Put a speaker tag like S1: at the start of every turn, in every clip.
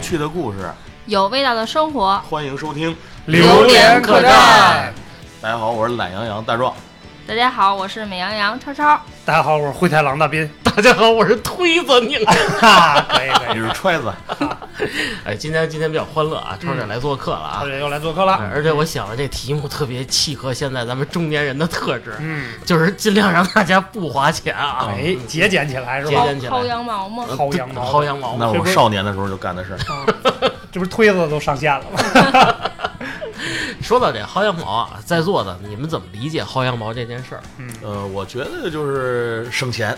S1: 趣的故事，
S2: 有味道的生活。
S1: 欢迎收听。
S2: 榴莲客栈。
S1: 大家好，我是懒羊羊大 壮。
S2: 大家好，我是美羊羊超超。
S3: 大家好，我是灰太狼大斌。
S4: 大家好，我是推子你们。
S3: 哈，可以可
S1: 你
S3: 以，
S1: 是揣子，
S4: 哎，今天今天比较欢乐啊，超
S3: 嗯
S4: 姐来做客了啊
S3: 超。姐又来做客了。
S4: 哎而且我想的这题目特别契合现在咱们中年人的特质，
S3: 嗯，
S4: 就是尽量让大家不花钱啊，
S3: 哎，节俭起来是
S4: 节
S3: 吧？
S4: 俭起来嗯
S2: 薅羊毛吗？
S3: 薅羊毛，
S4: 薅羊毛
S1: 那
S4: 嘛。
S1: 是我少年的时候就干的事儿。
S3: 啊！这不是推子都上线了吗？
S4: 说到这薅羊毛啊，在座的你们怎么理解薅羊毛这件事儿？
S3: 嗯，
S1: 呃，我觉得就是省钱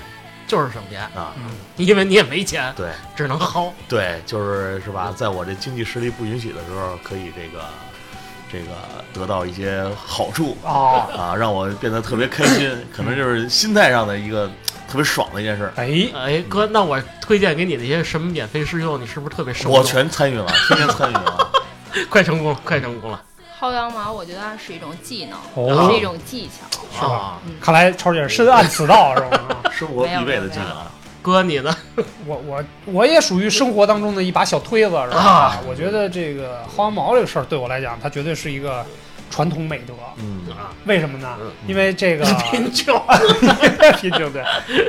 S4: 就是省钱，
S1: 啊，
S4: 因为你也没钱，
S1: 对
S4: 只能薅。
S1: 对，就是是吧？在我这经济实力不允许的时候，可以这个这个得到一些好处
S3: 哦，
S1: 啊，让我变得特别开 心，可能就是心态上的一个特别爽的一件事儿。
S3: 哎，
S4: 哎哥，那我推荐给你的一些什么免费试用，你是不是特别受用？
S1: 我全参 与了，天天参与了。
S4: 快成功了，快成功了
S2: 薅羊毛，我觉得是一种技能，
S4: 嗯
S3: 哦
S2: 是一种技巧。
S3: 是吧？
S4: 啊！
S3: 看来超姐深谙此道是 吧？
S1: 生活必备的技能啊。
S4: 哥，你 呢？
S3: 我我我也属于生活当中的一把小推子是吧
S4: 啊？
S3: 我觉得这个薅羊毛这个事儿对我来讲，它绝对是一个传统美德。
S1: 嗯，
S4: 啊，
S3: 为什么呢
S4: 嗯？
S3: 因为这个
S4: 贫穷。
S3: 贫穷对，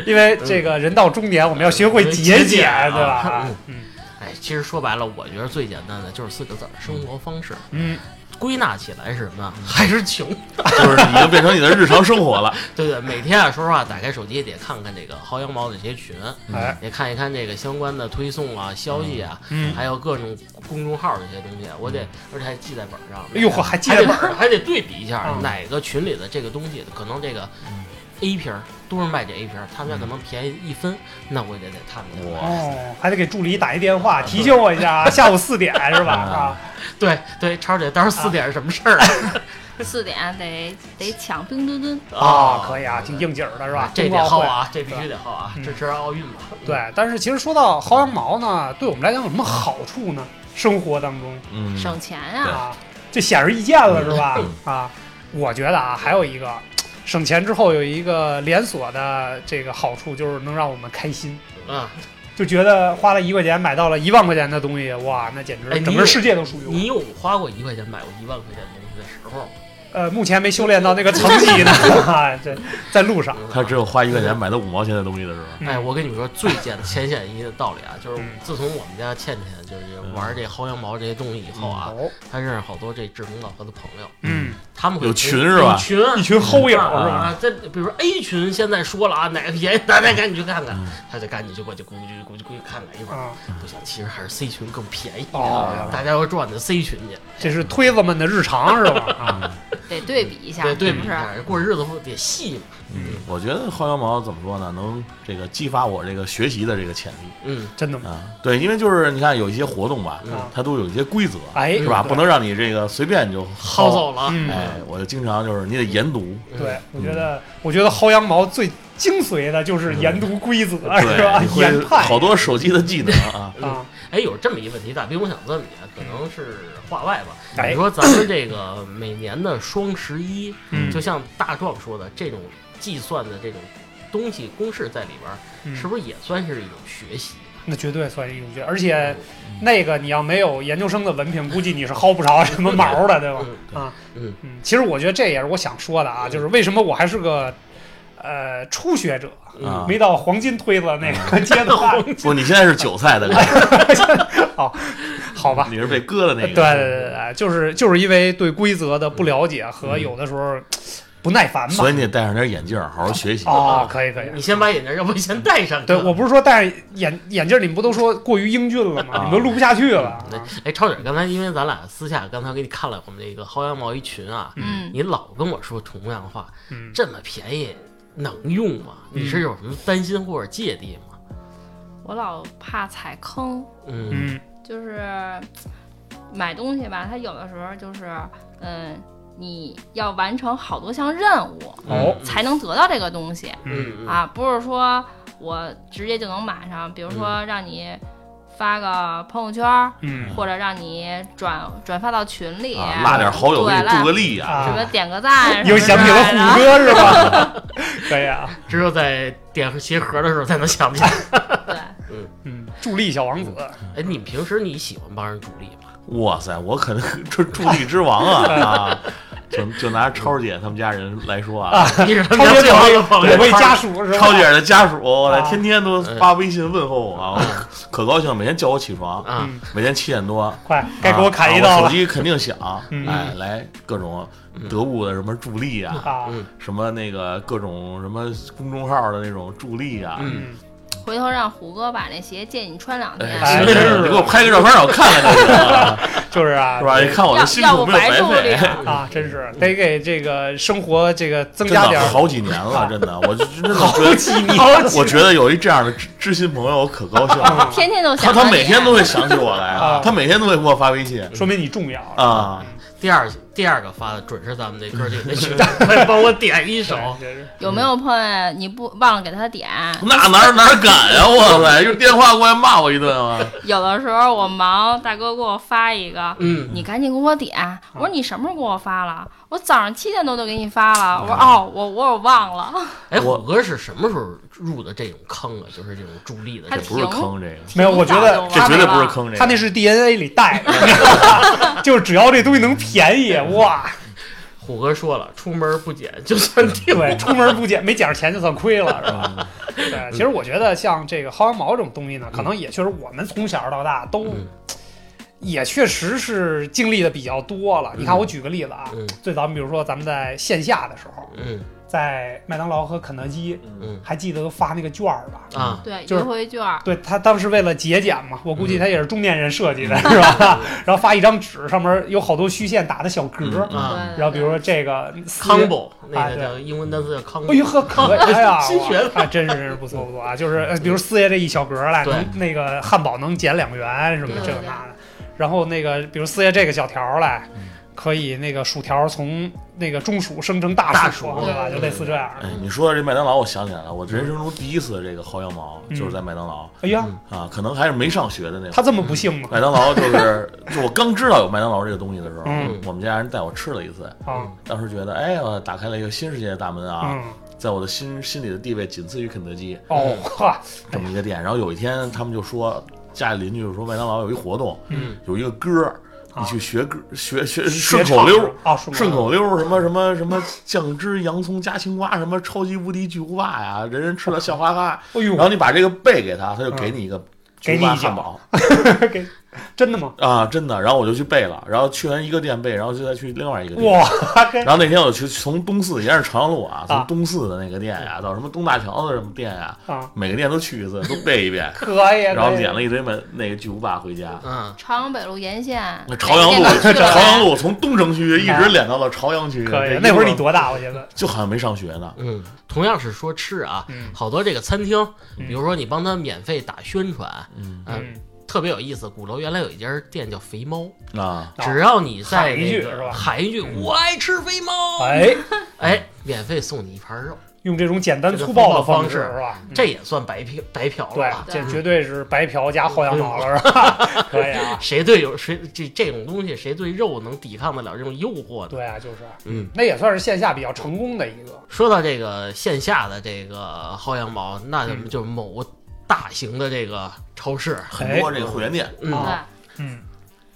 S3: 因为这个人到中年，我们要学会节
S4: 节
S3: 俭
S4: 俭啊，
S3: 对吧？嗯
S4: 哎，其实说白了，我觉得最简单的就是四个字儿：生活方式。
S3: 嗯，
S4: 归纳起来是什么 啊？还是穷。
S1: 就是已经变成你的日常生活了。
S4: 对对，每天啊，说实话，打开手机也得看看这个薅羊毛的这些群，
S3: 哎，
S4: 也看一看这个相关的推送啊、消息啊，
S3: 嗯
S4: 还有各种公众号这些东西，啊我得而且还记在本儿上。
S3: 哎呦呵，还记
S4: 还
S3: 得
S4: 得
S3: 本儿，
S4: 还得对比一下
S3: 嗯
S4: 哪个群里的这个东西，可能这个 A 瓶儿都是卖这 A 瓶儿，他们家
S3: 嗯
S4: 可能便宜一分，那我也得在他们家买。
S1: 哇，
S3: 哦，还得给助理打一电话提醒我一下啊，下午四点是吧？啊，
S4: 对对，超姐，到时候四点是什么事儿啊
S2: 四点得得抢冰墩墩，
S3: 啊，可以啊，挺应景儿的是
S4: 是
S3: 吧？
S4: 这得
S3: 冬奥
S4: 薅
S3: 会！
S4: 啊，这必须得薅啊，
S3: 嗯
S4: 支持奥运嘛。
S3: 对，但是其实说到薅羊毛呢，对我们来讲有什么好处呢？生活当中
S1: 嗯，
S2: 省钱呀、
S3: 啊，这显而易见了是吧？啊，我觉得啊，还有一个。省钱之后有一个连锁的这个好处，就是能让我们开心，
S4: 嗯，
S3: 就觉得花了一块钱买到了一万块钱的东西，哇，那简
S4: 哎
S3: 直
S4: 你
S3: 整个世界都属于我。
S4: 你有花过一块钱买过一万块钱东西的时候吗？
S3: 呃，目前没修炼到那个层 级呢，啊，这在路上。
S1: 他只有花一块 钱买的五毛钱的东西的时候，
S4: 哎，我跟你们说最简浅显易的道理啊，就是
S3: 嗯
S4: 自从我们家倩倩就是玩这薅羊毛这些东西以后啊，
S3: 哦，
S4: 她认识好多这志同道合的朋友，
S3: 嗯，
S4: 他们会
S1: 有群是吧
S4: 有群
S3: 一群齁友是吧？
S4: 啊，这比如说 A 群现在说了啊，哪个便宜，大家赶紧去看看，他就赶紧就过去估计估计估计看看，一会儿
S3: 啊，
S4: 不行，其实还是 C 群更便
S1: 嗯
S4: 宜，
S3: 哦
S4: 大家要转到 C 群去，
S3: 这是推子们的日 常是吧？啊，
S2: 得对比一下，
S4: 对对
S2: 是
S4: 比
S2: 不
S4: 一
S2: 是？
S4: 下，过日子不得细嘛，
S1: 嗯我觉得薅羊毛怎么说呢，能这个激发我这个学习的这个潜力
S4: 嗯，
S3: 真的吗？
S1: 啊。对，因为就是你看有一些活动吧，
S3: 嗯
S1: 它都有一些规则，
S3: 哎，
S1: 是吧？
S3: 对
S1: 不。能让你这个随便就
S4: 薅。走了，
S3: 嗯，
S1: 哎，我就经常就是你得研 读，
S4: 嗯
S3: 对，我觉得，我觉得薅羊毛最精髓的就是研读规则哎是吧
S1: 嗯对，你？
S3: 研
S1: 会
S3: 判
S1: 好多手机的技能啊。
S3: 啊，
S4: 哎，有这么一问题，大兵，我想问你啊，可能是话外吧。
S3: 哎
S4: 你说咱们这个每年的双十一，
S3: 嗯
S4: 就像大壮说的，这种计算的这种东西公式在里边儿，
S3: 嗯
S4: 是不是也算是一种学习？
S3: 那绝对算是一种学，而且那个你要没有研究生的文凭，估计你是薅不着什么毛的，对吧？啊，
S4: 嗯
S3: 嗯，其实我觉得这也是我想说的啊，
S4: 嗯
S3: 就是为什么我还是个呃初学者，
S4: 嗯
S1: 啊
S3: 没到黄金推子那个阶段，
S1: 不，你现在是韭菜的，这
S3: 好吧
S1: 个？你是被割的那
S3: 对
S1: 个。
S3: 对对对，就是就是因为对规则的不了解和
S4: 嗯
S3: 有的时候不耐烦吧
S1: 所。以你得戴上点眼镜，好好学习。啊
S4: 啊
S3: 哦，可以可以。
S4: 你先把眼镜儿，要不先戴上。
S3: 对，我不是说戴上眼眼镜，你们不都说过于英俊了吗？
S1: 啊
S3: 你们都录不下去了啊。
S4: 哎，超姐，刚才因为咱俩私下刚才给你看了我们这个薅羊毛一群啊，
S2: 嗯
S4: 你老跟我说同样话，
S3: 嗯，
S4: 这么便宜能用吗？你是有什么担心或者芥蒂吗？
S2: 我老怕踩坑，
S4: 嗯
S3: 嗯
S2: 就是买东西吧，它有的时候就是，嗯，你要完成好多项任务
S3: 哦
S2: 才能得到这个东西。
S3: 嗯
S4: 嗯
S2: 啊，不是说我直接就能买上，比如说
S1: 嗯
S2: 让你发个朋友圈儿，
S3: 嗯
S2: 或者让你转转发到群里，
S1: 啊，拉点好友给你
S2: 对
S1: 助个力呀。
S2: 什
S3: 啊
S2: 么，点 个赞，
S3: 又想起了
S2: 虎
S3: 虎哥是吧？ 可以啊，
S4: 只有在点鞋盒的时候才能想起来。
S2: 对，
S3: 嗯，助力小王子，
S4: 哎，你们平时你喜欢帮人助力吗？
S1: 哇塞，我可能这助力之王 啊啊！就就拿超姐他们家人来说啊，
S4: 你是他
S3: 超
S4: 们家
S3: 级
S4: 最好的朋
S3: 我
S4: 友，
S3: 为家属是吧？
S1: 超姐的家属，我
S3: 啊
S1: 来天天都发微信问候我啊，我可高兴了，每天叫我起床，
S4: 啊，
S3: 嗯，
S1: 每天七点多
S3: 快该给我砍一
S1: 啊
S3: 刀
S1: 我手
S3: 了
S1: 机肯定响，
S3: 嗯
S1: 哎，来各种得物的什么助力啊，
S3: 啊！
S4: 嗯
S1: 什么那个各种什么公众号的那种助力啊，
S4: 嗯
S3: 嗯，
S2: 回头让虎哥把那鞋借你穿两天，
S1: 哎，
S3: 哎
S1: 真是
S3: 真是
S1: 你给我拍个照片让我看看就行 了，
S3: 就是 啊，
S1: 是吧？你看我的
S2: 要
S1: 辛
S2: 要
S1: 苦
S2: 不
S1: 没有
S2: 白受
S1: 白
S2: 力
S1: 费。
S2: 了。
S3: 啊，真是得给这个生活这个增
S1: 真
S3: 加点
S1: 的
S3: 儿
S1: 好几年了，真的，我就真的觉
S3: 好
S1: 得，
S3: 几年
S1: 我觉得有一这样的知知心朋友，我可高 兴了。
S2: 天天都
S1: 他
S2: 想
S1: 他
S2: 着
S1: 每
S2: 你
S1: 天都会想起我来
S3: 啊
S1: 啊，他每天都会给我发微信
S3: 说明你重要。
S1: 啊。
S4: 第二第二个发的准是咱们那哥几个 的学长，帮我点一首。
S3: 对真是
S2: 有没有朋友你不忘了给他点？
S1: 那哪哪敢呀！我 操，用电话过来骂我一顿啊！
S2: 有的时候我忙，大哥给我发一个，
S4: 嗯，
S2: 你赶紧给我点。
S1: 啊
S2: 我说你什么时候给我发了？我早上七点多就给你发
S1: 啊
S2: 了。我说哦，我我我忘了，
S4: 哎，
S1: 我
S4: 虎哥是什么时候入的这种坑啊？就是这种助力的这
S2: 还
S4: 种
S1: 不是坑这个，
S3: 没有，我觉得
S1: 这
S2: 挺早就忘
S1: 绝对不是
S2: 了。
S1: 坑这个。
S3: 他那是 DNA 里带的， 就是只要这东西能便宜，哇，
S4: 虎哥说了，出门不捡就
S3: 嗯
S4: 算丢。
S3: 对，出门不捡没捡着钱就算亏了，是吧？
S1: 嗯
S3: 对，其实我觉得像这个薅羊毛这种东西呢，可能也确实我们从小到大都
S4: 嗯
S3: 也确实是经历的比较多了。你看，
S4: 嗯
S3: 我举个例子啊，
S4: 嗯
S3: 最早比如说咱们在线下的时候，
S4: 嗯
S3: 在麦当劳和肯德基，
S4: 嗯
S3: 还记得发那个券儿吧？
S4: 啊，
S2: 对，
S3: 就是
S2: 优惠券儿，
S3: 对他当时为了节俭嘛，我
S4: 嗯
S3: 估计他也是中年人设计的，是吧？ 然后发一张纸，上面有好多虚线打的小
S1: 嗯
S3: 格，
S1: 嗯
S2: 对
S4: 啊
S2: 对
S3: 然后比如
S2: 对
S3: 说这个四元
S4: combo 那
S3: 哎
S4: 个
S3: 对
S4: 叫英文单词叫
S3: 哎
S4: combo，
S3: 呦呵， 可以呀！
S4: 新学的
S3: 哇啊，真是真是不错不错啊！就是呃比如四爷这一小格儿来，
S4: 对
S3: 能那个汉堡能减两元什么
S2: 对
S3: 这个
S2: 对
S3: 那的，然后那个比如四爷这个小条儿来
S1: 嗯，
S3: 可以那个薯条从那个中薯升成
S4: 大
S3: 大薯
S4: 薯，嗯
S3: 对吧？
S2: 对
S3: 就类似这样的。
S1: 哎，你说到这麦当劳，我想起来了，我人生中第一次这个薅羊毛
S3: 嗯
S1: 就是在麦当劳
S3: 哎呀，
S4: 嗯
S1: 啊，可能还是没上学的那会
S3: 他
S1: 儿。
S3: 这么不幸吗？
S1: 麦当劳就是，就我刚知道有麦当劳这个东西的时候
S3: 嗯，
S1: 我们家人带我吃了一次，
S4: 嗯
S3: 啊，
S1: 当时觉得，哎呀，打开了一个新世界的大门啊，
S3: 嗯，
S1: 在我的心心里的地位仅次于肯德基
S3: 哦，哈，
S1: 这么一个店。然后有一天，他们就说，家里邻居就说麦当劳有一活动，
S4: 嗯
S1: 有一个歌儿，
S3: 啊
S1: 你去学歌，学学
S3: 学
S1: 顺口溜儿。
S3: 唱啊，顺
S1: 顺
S3: 口
S1: 口溜儿什么什么什么酱汁洋葱加青瓜什么超级无敌巨无霸呀，人人吃了笑哈哈。
S3: 溜，哎呦
S1: 然，后你把这个背给他，他就给你一个
S3: 嗯
S1: 巨
S3: 给
S1: 无
S3: 你
S1: 霸
S3: 一
S1: 汉
S3: 个
S1: 堡
S3: 给真的吗？
S1: 啊，真的。然后我就去背了，然后去完一个店背，然后就再去另外一个店。
S3: 哇，这
S1: 然后那天我去从东四，也是朝阳路啊，
S3: 啊
S1: 从东四的那个店呀、到什么东大桥的什么店呀、
S3: 啊，，
S1: 每个店都去一次，都背一遍
S3: 可以，
S1: 然后
S3: 可以
S1: 点了一堆门那个巨无霸回家。
S4: 啊，
S2: 朝阳北路沿线
S1: 那，朝阳路
S2: 哪个店都去，了
S1: 朝阳路从东城区一直撵到了朝阳区，
S3: 可
S1: 这
S3: 以
S1: 一。
S3: 啊那会儿
S1: 路
S3: 你多大？我觉得，
S1: 就好像没上学呢。
S4: 嗯，同样是说吃啊，
S3: 嗯
S4: 好多这个餐厅，
S3: 嗯
S4: 比如说你帮他免费打宣传，
S1: 嗯
S4: 嗯，特别有意思。鼓楼原来有一家店叫肥猫，
S1: 啊，
S3: 啊
S4: 只要你在
S3: 喊一句
S4: 那个
S3: 是吧嗯
S4: 喊一句“我爱吃肥猫”，
S3: 哎，
S4: 哎，免费送你一盘肉，
S3: 用这种简单粗暴的方式
S4: 这个
S3: 是吧？
S4: 这也算白嫖白嫖了
S3: 嗯对
S4: 吧，？
S3: 这
S2: 对
S3: 绝对是白嫖加薅羊
S4: 哎
S3: 毛了，是吧？ 可以啊，
S4: 谁对有谁这这种东西，谁对肉能抵抗得了这种诱惑呢？
S3: 对啊，就是，
S4: 嗯，
S3: 那也算是线下比较成功的一个。
S4: 说到这个线下的这个薅羊毛，那
S3: 嗯
S4: 咱们就某大型的这个超市，
S1: 很多这个会员店，
S4: 嗯，
S3: 啊嗯，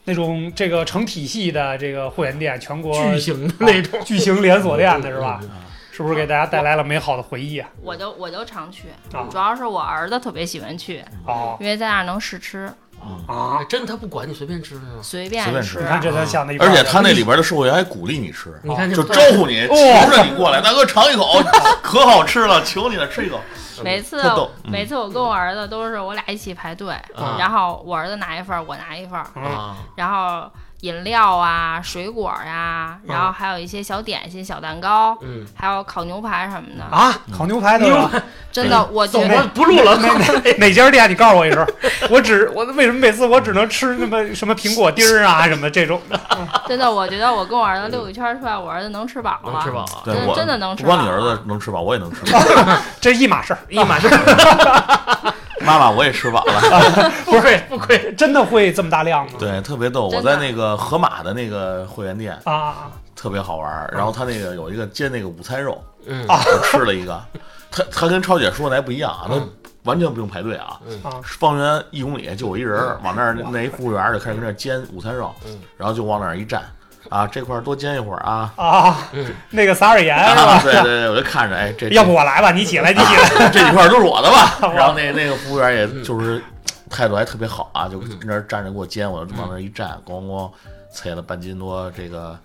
S3: 那种这个成体系的这个会员店，全国啊
S4: 巨型的那种，
S3: 巨型连锁店的是吧？
S1: 嗯
S3: 是不是给大家带来了美好的回忆啊？
S2: 对，我就我就常去
S3: 啊，
S2: 主要是我儿子特别喜欢去，
S1: 啊
S3: 哦
S2: 因为在那儿能试吃，
S1: 嗯
S3: 啊，
S4: 哎真他不管你随便吃是吗？
S2: 随
S1: 随便
S2: 便
S1: 吃
S3: 你看这才像那一半
S1: 而
S3: 儿
S1: 且他那里边的售货员还鼓励你吃，
S4: 你看这
S1: 就
S4: 不
S1: 招呼你，求着你过来，大哥尝一 口，可好吃了，求你了，吃一口。
S2: 每次
S1: 特逗嗯
S2: 每次我跟我儿子都是我俩一起排队，
S4: 啊
S2: 然后我儿子拿一份儿，我拿一份儿，
S3: 嗯
S4: 啊，
S2: 然后饮料啊、水果呀、
S1: 嗯
S2: 然后还有一些小点心、小蛋糕，
S4: 嗯，
S2: 还有烤牛排什么
S1: 哎
S2: 的。
S3: 啊，烤牛排的吧？
S2: 真的，我觉
S3: 送
S2: 得
S3: 我不录了，哪哪哪家店？你告诉我一声。我只我为什么每次我只能吃那么什么苹果丁儿啊什么这种的？
S2: 真的，我觉得我跟我儿子溜一圈儿出来，我儿子能吃饱了。
S4: 能吃饱啊，
S1: 对
S2: 真
S1: 我
S2: 真的能吃
S1: 不光
S2: 饱
S1: 你儿子能吃饱，我啊也能吃饱。
S3: 这一码事儿。
S4: 一码事儿，
S1: 妈妈，我也吃饱了。
S4: 不亏不亏，
S3: 真的会这么大量吗？
S1: 对，特别逗。我
S2: 嗯真
S1: 在
S2: 的
S1: 那个盒马的那个会员店
S3: 啊，
S1: 特别好玩儿，然后他那个有一个煎那个午餐肉，
S4: 嗯
S1: 我吃了一个。他他跟超姐说的还不一样啊，
S4: 嗯
S1: 他完全不用排队啊，
S4: 嗯
S3: 啊，
S1: 方圆一公里就我一人儿，往那儿
S3: 哇
S1: 那一服务员儿就开始跟那儿煎午餐肉，
S4: 嗯
S1: 然后就往那儿一站，啊，这块儿多煎一会儿啊，
S3: 啊，
S4: 嗯，
S3: 那个撒点盐哎是
S1: 啊
S3: 吧？
S1: 对对对，我就看着，哎，这
S3: 要不我来吧，你起来，你起来。？
S1: 这几块儿都是我的 吧然后那那个服务员
S4: 嗯
S1: 也就是态度还特别好啊，就跟那儿站着给我煎，我就
S4: 嗯
S1: 往那儿一站，咣咣切了半斤多这个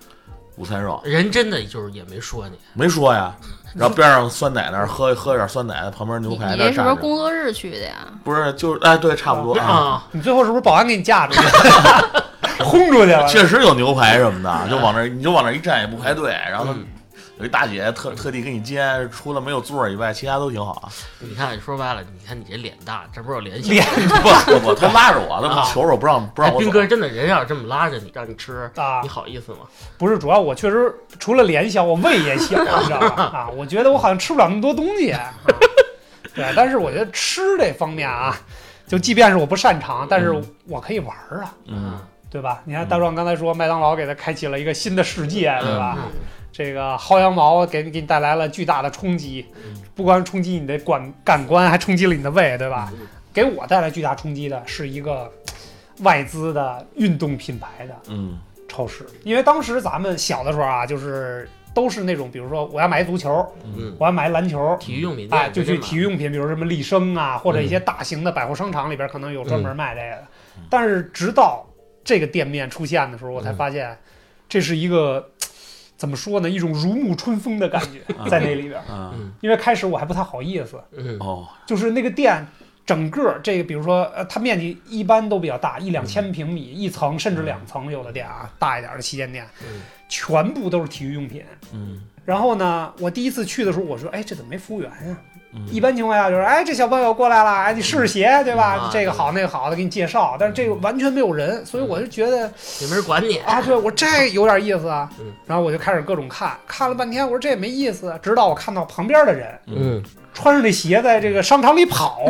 S1: 午餐肉，
S4: 人真的就是也没说你，
S1: 没说呀。然后边上酸奶那儿喝喝点酸奶，旁边牛
S2: 你
S1: 排
S2: 你
S1: 那儿
S2: 这是不是
S1: 站着，
S2: 工作日去的呀？
S1: 不是就是哎对，差不多啊。
S4: 啊，
S3: 你最后是不是保安给你架出去， 轰出去
S4: 啊
S3: 了？
S1: 确实有牛排什么的，就往那儿你就往那儿一站也不排队，然后
S4: 嗯
S1: 有一大姐特特地给你煎，除了没有座儿以外，其他都挺 好。啊
S4: 你看说白了，你看你这脸大，这不是有联系
S3: 脸
S4: 吗？
S1: 不不不，他拉着我，他
S4: 啊
S1: 求着我不让不
S4: 哎
S1: 让，我
S4: 斌
S1: 走。
S4: 哥真的人要是这么拉着你让你吃，
S3: 啊
S4: 你，好意思吗？
S3: 不是，主要我确实除了脸小，我胃也 小，你知道吧？啊，我觉得我好像吃不了那么多东西。啊、对，但是我觉得吃这方面啊，就即便是我不擅长，但
S4: 嗯
S3: 是我可以玩儿啊，
S1: 嗯，
S3: 对吧？你看大壮刚才说，麦当劳给他开启了一个新的世界，对吧？
S4: 嗯
S3: 这个薅羊毛给给你带来了巨大的冲击
S4: 嗯，
S3: 不光冲击你的感感官，还冲击了你的胃，对吧
S4: 嗯？
S3: 给我带来巨大冲击的是一个外资的运动品牌的
S1: 嗯
S3: 超市，因为当时咱们小的时候啊，就是都是那种，比如说我要买足球，
S4: 嗯，
S3: 我要买篮球，
S4: 体育用品
S3: 哎，
S4: 店
S3: 就去体育用品，比如什么利生啊，或者一些
S4: 嗯
S3: 大型的百货商场里边可能有专门卖这个的。但是直到这个店面出现的时候，我
S4: 嗯
S3: 才发现这是一个怎么说呢，一种如沐春风的感觉
S1: 啊
S3: 在那里边。
S1: 啊
S4: 嗯
S3: 因为开始我还不太好意思，
S4: 嗯
S1: 哦，
S3: 就是那个店。整个这个，比如说，呃，它面积一般都比较大，一两千平米，一层甚至两层，有的店啊，大一点的旗舰店，
S4: 嗯
S3: 全部都是体育用品。
S1: 嗯
S3: 然后呢，我第一次去的时候，我说，哎，这怎么没服务员呀、
S1: 嗯
S3: 一般情况下就是，哎，这小朋友过来了，哎，你试试鞋，对吧？
S4: 啊
S3: 这个好，那个好的，给你介绍。但是这个完全没有人，所以我就觉得，
S4: 也没人管你，
S3: 啊，对我这有点意思啊
S4: 嗯。
S3: 然后我就开始各种看，看了半天，我说这也没意思。啊直到我看到旁边的人
S4: 嗯
S3: 穿着那鞋在这个商场里跑，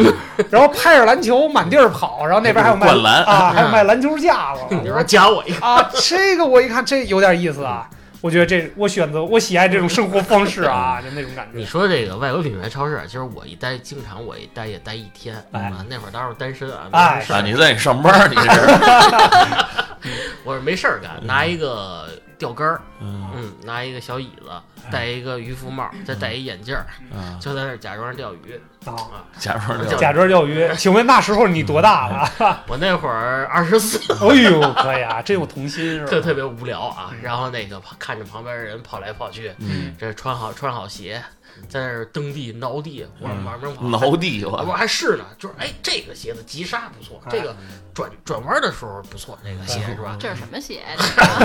S3: 然后拍着篮球满地儿跑，然后那边还有卖
S1: 灌篮
S3: 啊， 还有
S4: 嗯
S3: 卖篮球架子。
S4: 你说加我一个，
S3: 啊，这个我一看，这有点意思啊。我觉得这我选择我喜爱这种生活方式 啊，就那种感
S4: 你
S3: 觉。
S4: 说这个外国品牌超市，其实我一待，经常我一待也待一天
S3: 哎
S4: 啊。那会儿当时单身啊，
S3: 哎
S4: 没什
S1: 啊，
S4: 么
S1: 你
S4: 事儿
S1: 在你上班儿，你 是
S4: 我是没事儿干，拿一个钓竿儿，
S1: 嗯哎
S4: 嗯，拿一个小椅子，戴一个渔夫帽，再戴一眼镜儿，
S1: 啊，
S4: 就在那儿假装钓鱼。
S3: 啊，
S1: 假装这
S4: 假
S1: 样
S3: 假装钓鱼。请问那时候你多大 了？
S4: 我那会儿二十四，
S3: 哎呦，可以啊，真有童心是
S4: 特
S3: 吧？
S4: 特别无聊啊。然后那个看着旁边人跑来跑去，
S1: 嗯
S4: 这穿好穿好鞋，在那儿蹬地挠地，往往上跑。
S1: 嗯挠地啊
S4: 我
S1: 吧，
S4: 还试呢，就是哎，这个鞋子急刹不
S1: 哎
S4: 错，这个转转弯的时候不错，这个鞋是吧？
S2: 这是什么鞋？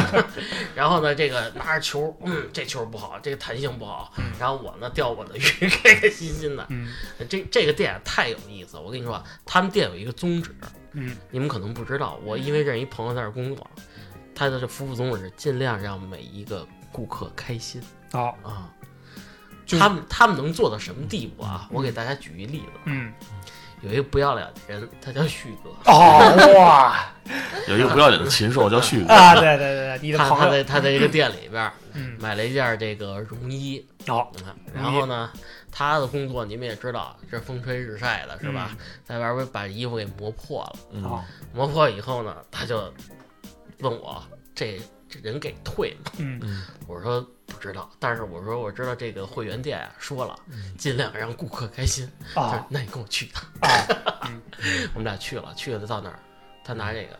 S4: 然后呢，这个拿着球，嗯，这球不好，这个弹性不好。然后我呢钓我的鱼， 开开心心的。
S3: 嗯
S4: 这这个店太有意思了，我跟你说啊，他们店有一个宗旨，
S3: 嗯，
S4: 你们可能不知道，我因为认识一朋友在这儿工作，他的这服务宗旨是尽量让每一个顾客开心
S3: 好，
S4: 啊。
S3: 就是
S4: 他们他们能做到什么地步啊？我给大家举一例子，
S3: 嗯，
S4: 有一个不要脸的人，他叫旭哥，
S3: 哦哇
S1: 有一个不要脸的禽兽叫旭哥，
S3: 啊，对对对，对你的
S4: 他他
S3: 朋友，
S4: 在他 在一个店里边儿
S3: 嗯，
S4: 买了一件这个绒衣，
S3: 好，
S4: 嗯然后呢，他的工作你们也知道，这风吹日晒的是吧？在外边把衣服给磨破了，
S1: 嗯
S3: 好，
S4: 磨破以后呢，他就问我这这人给退吗？
S3: 嗯
S1: 嗯
S4: 我说不知道，但是我说我知道这个会员店啊说了，尽量让顾客开心。他说
S3: 啊
S4: 那你跟我去一趟，
S3: 啊，
S4: 我们俩去了，去了到那儿，他拿这个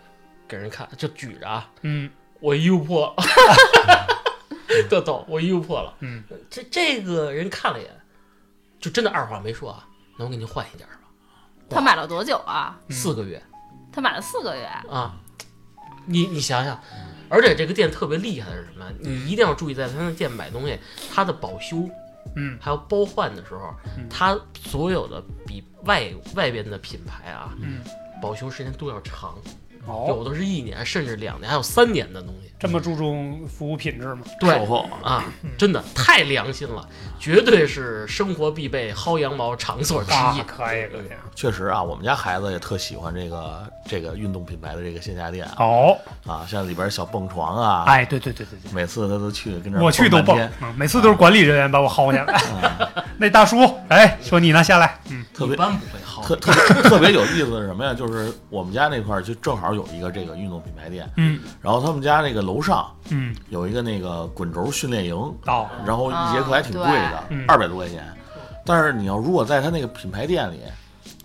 S4: 给人看，就举着啊，
S3: 嗯
S4: 我衣服 破了，特逗，我衣服破了。
S3: 嗯，
S4: 这这个人看了一眼，就真的二话没说啊，那我给您换一件吧，
S2: 他买了多久啊？
S3: 嗯
S4: 四个月
S2: 他买了四个月。
S4: 啊，你你想想，而且这个店特别厉害的是什么？你一定要注意，在他那店买东西，它的保修
S3: 嗯
S4: 还有包换的时候
S3: 嗯，
S4: 它所有的比外外边的品牌啊，
S3: 嗯
S4: 保修时间都要长。
S3: 哦，
S4: 有的是一年甚至两年，还有三年的东西。
S3: 这么注重服务品质吗？
S1: 售
S4: 对
S1: 后
S4: 啊，真的太良心了，绝对是生活必备薅羊毛场所之
S3: 啊
S4: 一。，
S3: 可以可以。
S1: 确实啊，我们家孩子也特喜欢这个这个运动品牌的这个线下店啊，
S3: 哦，
S1: 啊像里边小蹦床啊，
S3: 哎，对对对对对，
S1: 每次他都去跟这儿
S3: 我去都
S1: 半
S3: 蹦
S1: 天，，
S3: 嗯每次都是管理人员把我薅下来。 那大叔，哎，说你呢，下来。嗯，
S1: 特
S4: 一
S1: 别
S4: 般不会薅
S1: 特特别特别有意思的是什么呀？就是我们家那块儿就正好有一个这个运动品牌店，
S3: 嗯
S1: 然后他们家那个楼上
S3: 嗯，
S1: 有一个那个滚轴训练营，
S3: 哦，
S1: 然后一节课还挺贵的
S2: 啊
S3: 对，嗯
S1: 二百、多块钱。但是你要如果在他那个品牌店里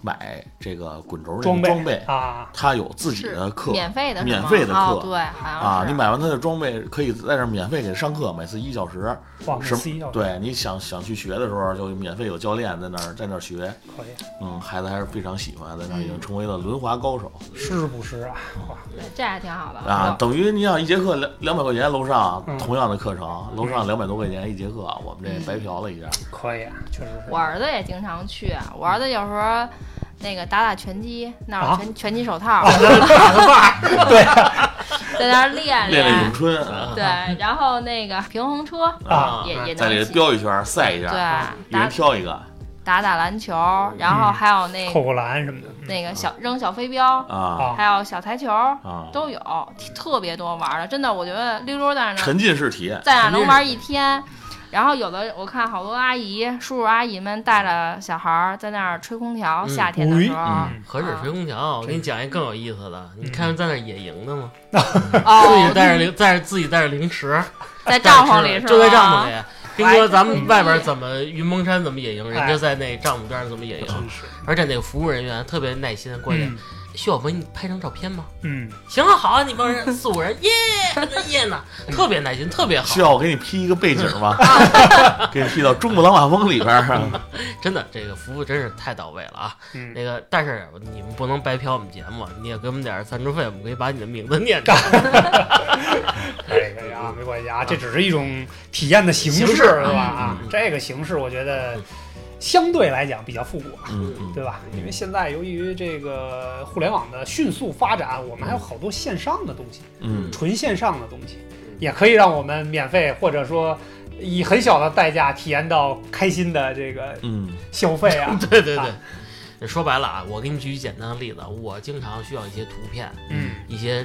S1: 买这个滚轴那个
S3: 装备
S1: 装备，
S3: 啊，
S1: 他有自己
S2: 是
S1: 的课，
S2: 免费的是吗，
S1: 免费的课
S2: 哦对，好像是
S1: 啊，你买完他的装备可以在这儿免费给上课，每次一小时。
S3: 哇，
S1: 什
S3: 西要
S1: 么？对，你想想去学的时候，就免费有教练在那儿在那儿学。
S3: 可以，
S1: 嗯，孩子还是非常喜欢，在那儿已经成为了轮滑高手
S3: 是不是啊？哇，
S2: 这还挺好的
S1: 啊。等于你想一节课两两百块钱，楼上
S3: 嗯
S1: 同样的课程，楼上两百多块钱一节课，我们这白嫖了一下。
S3: 可以，啊确实是。
S2: 我儿子也经常去，啊我儿子有时候那个打打拳击，那儿有
S3: 啊
S2: 拳、拳击手套，
S1: 哦
S3: 对
S2: 在那儿练
S1: 练练咏春，
S4: 啊
S2: 对，然后那个平衡车
S3: 啊
S2: 也、也
S1: 在
S2: 能
S1: 里
S2: 骑，
S1: 飙一圈，赛一
S2: 对，啊
S1: 下，
S2: 打
S1: 一人挑一个啊
S2: 打打篮球，然后还有那
S3: 扣嗯扣篮什么的。
S2: 那个小扔小飞镖，
S1: 啊
S3: 啊
S2: 还有小台球
S1: 啊！
S2: 都有，特别多玩的，真的，我觉得溜溜在那儿
S1: 沉浸式体验，
S2: 在哪能玩一天。然后有的我看好多阿姨、叔叔阿姨们带着小孩儿在那儿吹空调，
S4: 嗯
S2: 夏天的时候，
S1: 嗯
S4: 何止吹空调，我给你讲一更有意思的。你看在那儿野营的吗？自己
S2: 哦，
S4: 带着零，带着自己带着零食，
S2: 在帐篷里是吧？
S4: 就在帐篷里。斌
S2: 我还
S4: 哥，
S2: 真
S4: 咱
S2: 不
S4: 们
S2: 意
S4: 外边怎么云蒙山怎么野营，
S3: 哎
S4: 人家在那帐篷边上怎么野营，
S3: 真是，
S4: 而且那个服务人员特别耐心。关键，
S3: 嗯
S4: 徐小鹏，你拍张照片吗？
S3: 嗯，
S4: 行啊，好啊，你帮人四五人，耶，还在耶呢，特别耐心，特别
S1: 需
S4: 好，
S1: 要我给你 P 一个背景 吗？ 给你 P 到珠穆朗玛峰里边儿。
S4: 真的，这个服务真是太到位了啊。
S3: 嗯
S4: 那个，但是你们不能白嫖我们节目，你也给我们点赞助费，我们可以把你的名字念出来。
S3: 可以可以啊，没关系啊，这只是一种体验的形式，
S4: 形式
S3: 对吧？啊
S4: 嗯嗯，
S3: 这个形式我觉得相对来讲比较复古 啊，
S1: 嗯嗯，
S3: 对吧？因为现在由于这个互联网的迅速发展，我们还有好多线上的东西，
S1: 嗯
S3: 纯线上的东西
S4: 嗯，
S3: 也可以让我们免费或者说以很小的代价体验到开心的这个
S1: 嗯
S3: 消费 啊。
S4: 对对
S3: 啊
S4: 对，说白了啊，我给你举一简单的例子，我经常需要一些图片，
S3: 嗯，
S4: 一些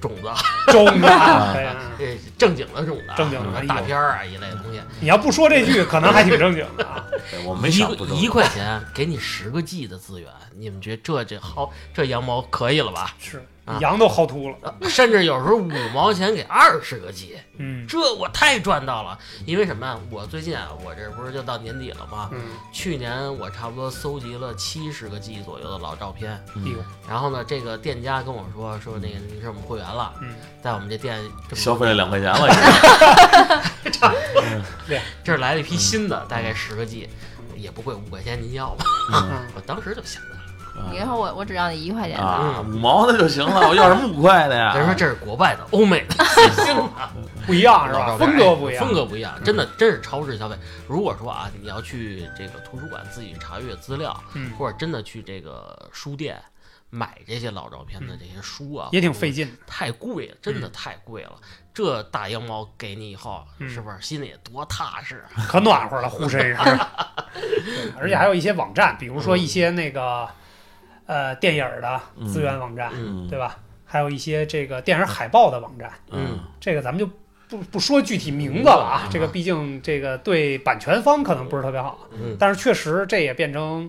S4: 种子，
S3: 中啊，对啊。
S4: 呃，正经的种子啊，
S3: 正经的哎呦
S4: 大片儿啊一类的东西，
S3: 你要不说这句，可能还挺正经的 啊。
S1: 对我没想不正
S4: 一一块钱给你十个 G 的资源，你们觉得这这薅这羊毛可以了吧？
S3: 是
S4: 啊，
S3: 羊都薅秃了。
S4: 呃甚至有时候五毛钱给二十个 G，
S3: 嗯
S4: 这我太赚到了。因为什么呀？我最近啊，我这不是就到年底了吗？
S3: 嗯，
S4: 去年我差不多搜集了七十个 G 左右的老照片，
S1: 嗯
S3: 哎呦，
S4: 然后呢，这个店家跟我说说那个你是我们会员了，
S3: 嗯，
S4: 在我们这店这么
S1: 消费了两块钱了，已经。
S4: 这儿来了一批新的，大概十个 G，也不贵，五块钱您要吧？
S3: 嗯
S4: 我当时就想的，
S2: 你说我我只要你一块钱，
S1: 啊，五毛的就行了，我要什么五块的呀？
S4: 嗯人说这是国外的、欧美的新的，
S3: 不一样是
S4: 老
S3: 吧？
S4: 照片
S3: 风格不一样，
S4: 哎风格不一样，真的真是超市消费。如果说啊，你要去这个图书馆自己查阅资料，
S3: 嗯
S4: 或者真的去这个书店买这些老照片的这些书啊，
S3: 也挺费劲的。
S4: 太贵了，真的太贵了。这大羊毛给你以后，
S3: 嗯
S4: 是不是心里多踏实啊？
S3: 可暖和了，护身上。 对而且还有一些网站，比如说一些那个呃电影儿的资源网站，
S4: 嗯
S1: 嗯
S3: 对吧？还有一些这个电影海报的网站，
S1: 嗯，
S3: 这个咱们就不不说具体名字了啊，
S4: 嗯
S3: 这个毕竟这个对版权方可能不是特别好，
S4: 嗯，
S3: 但是确实这也变成。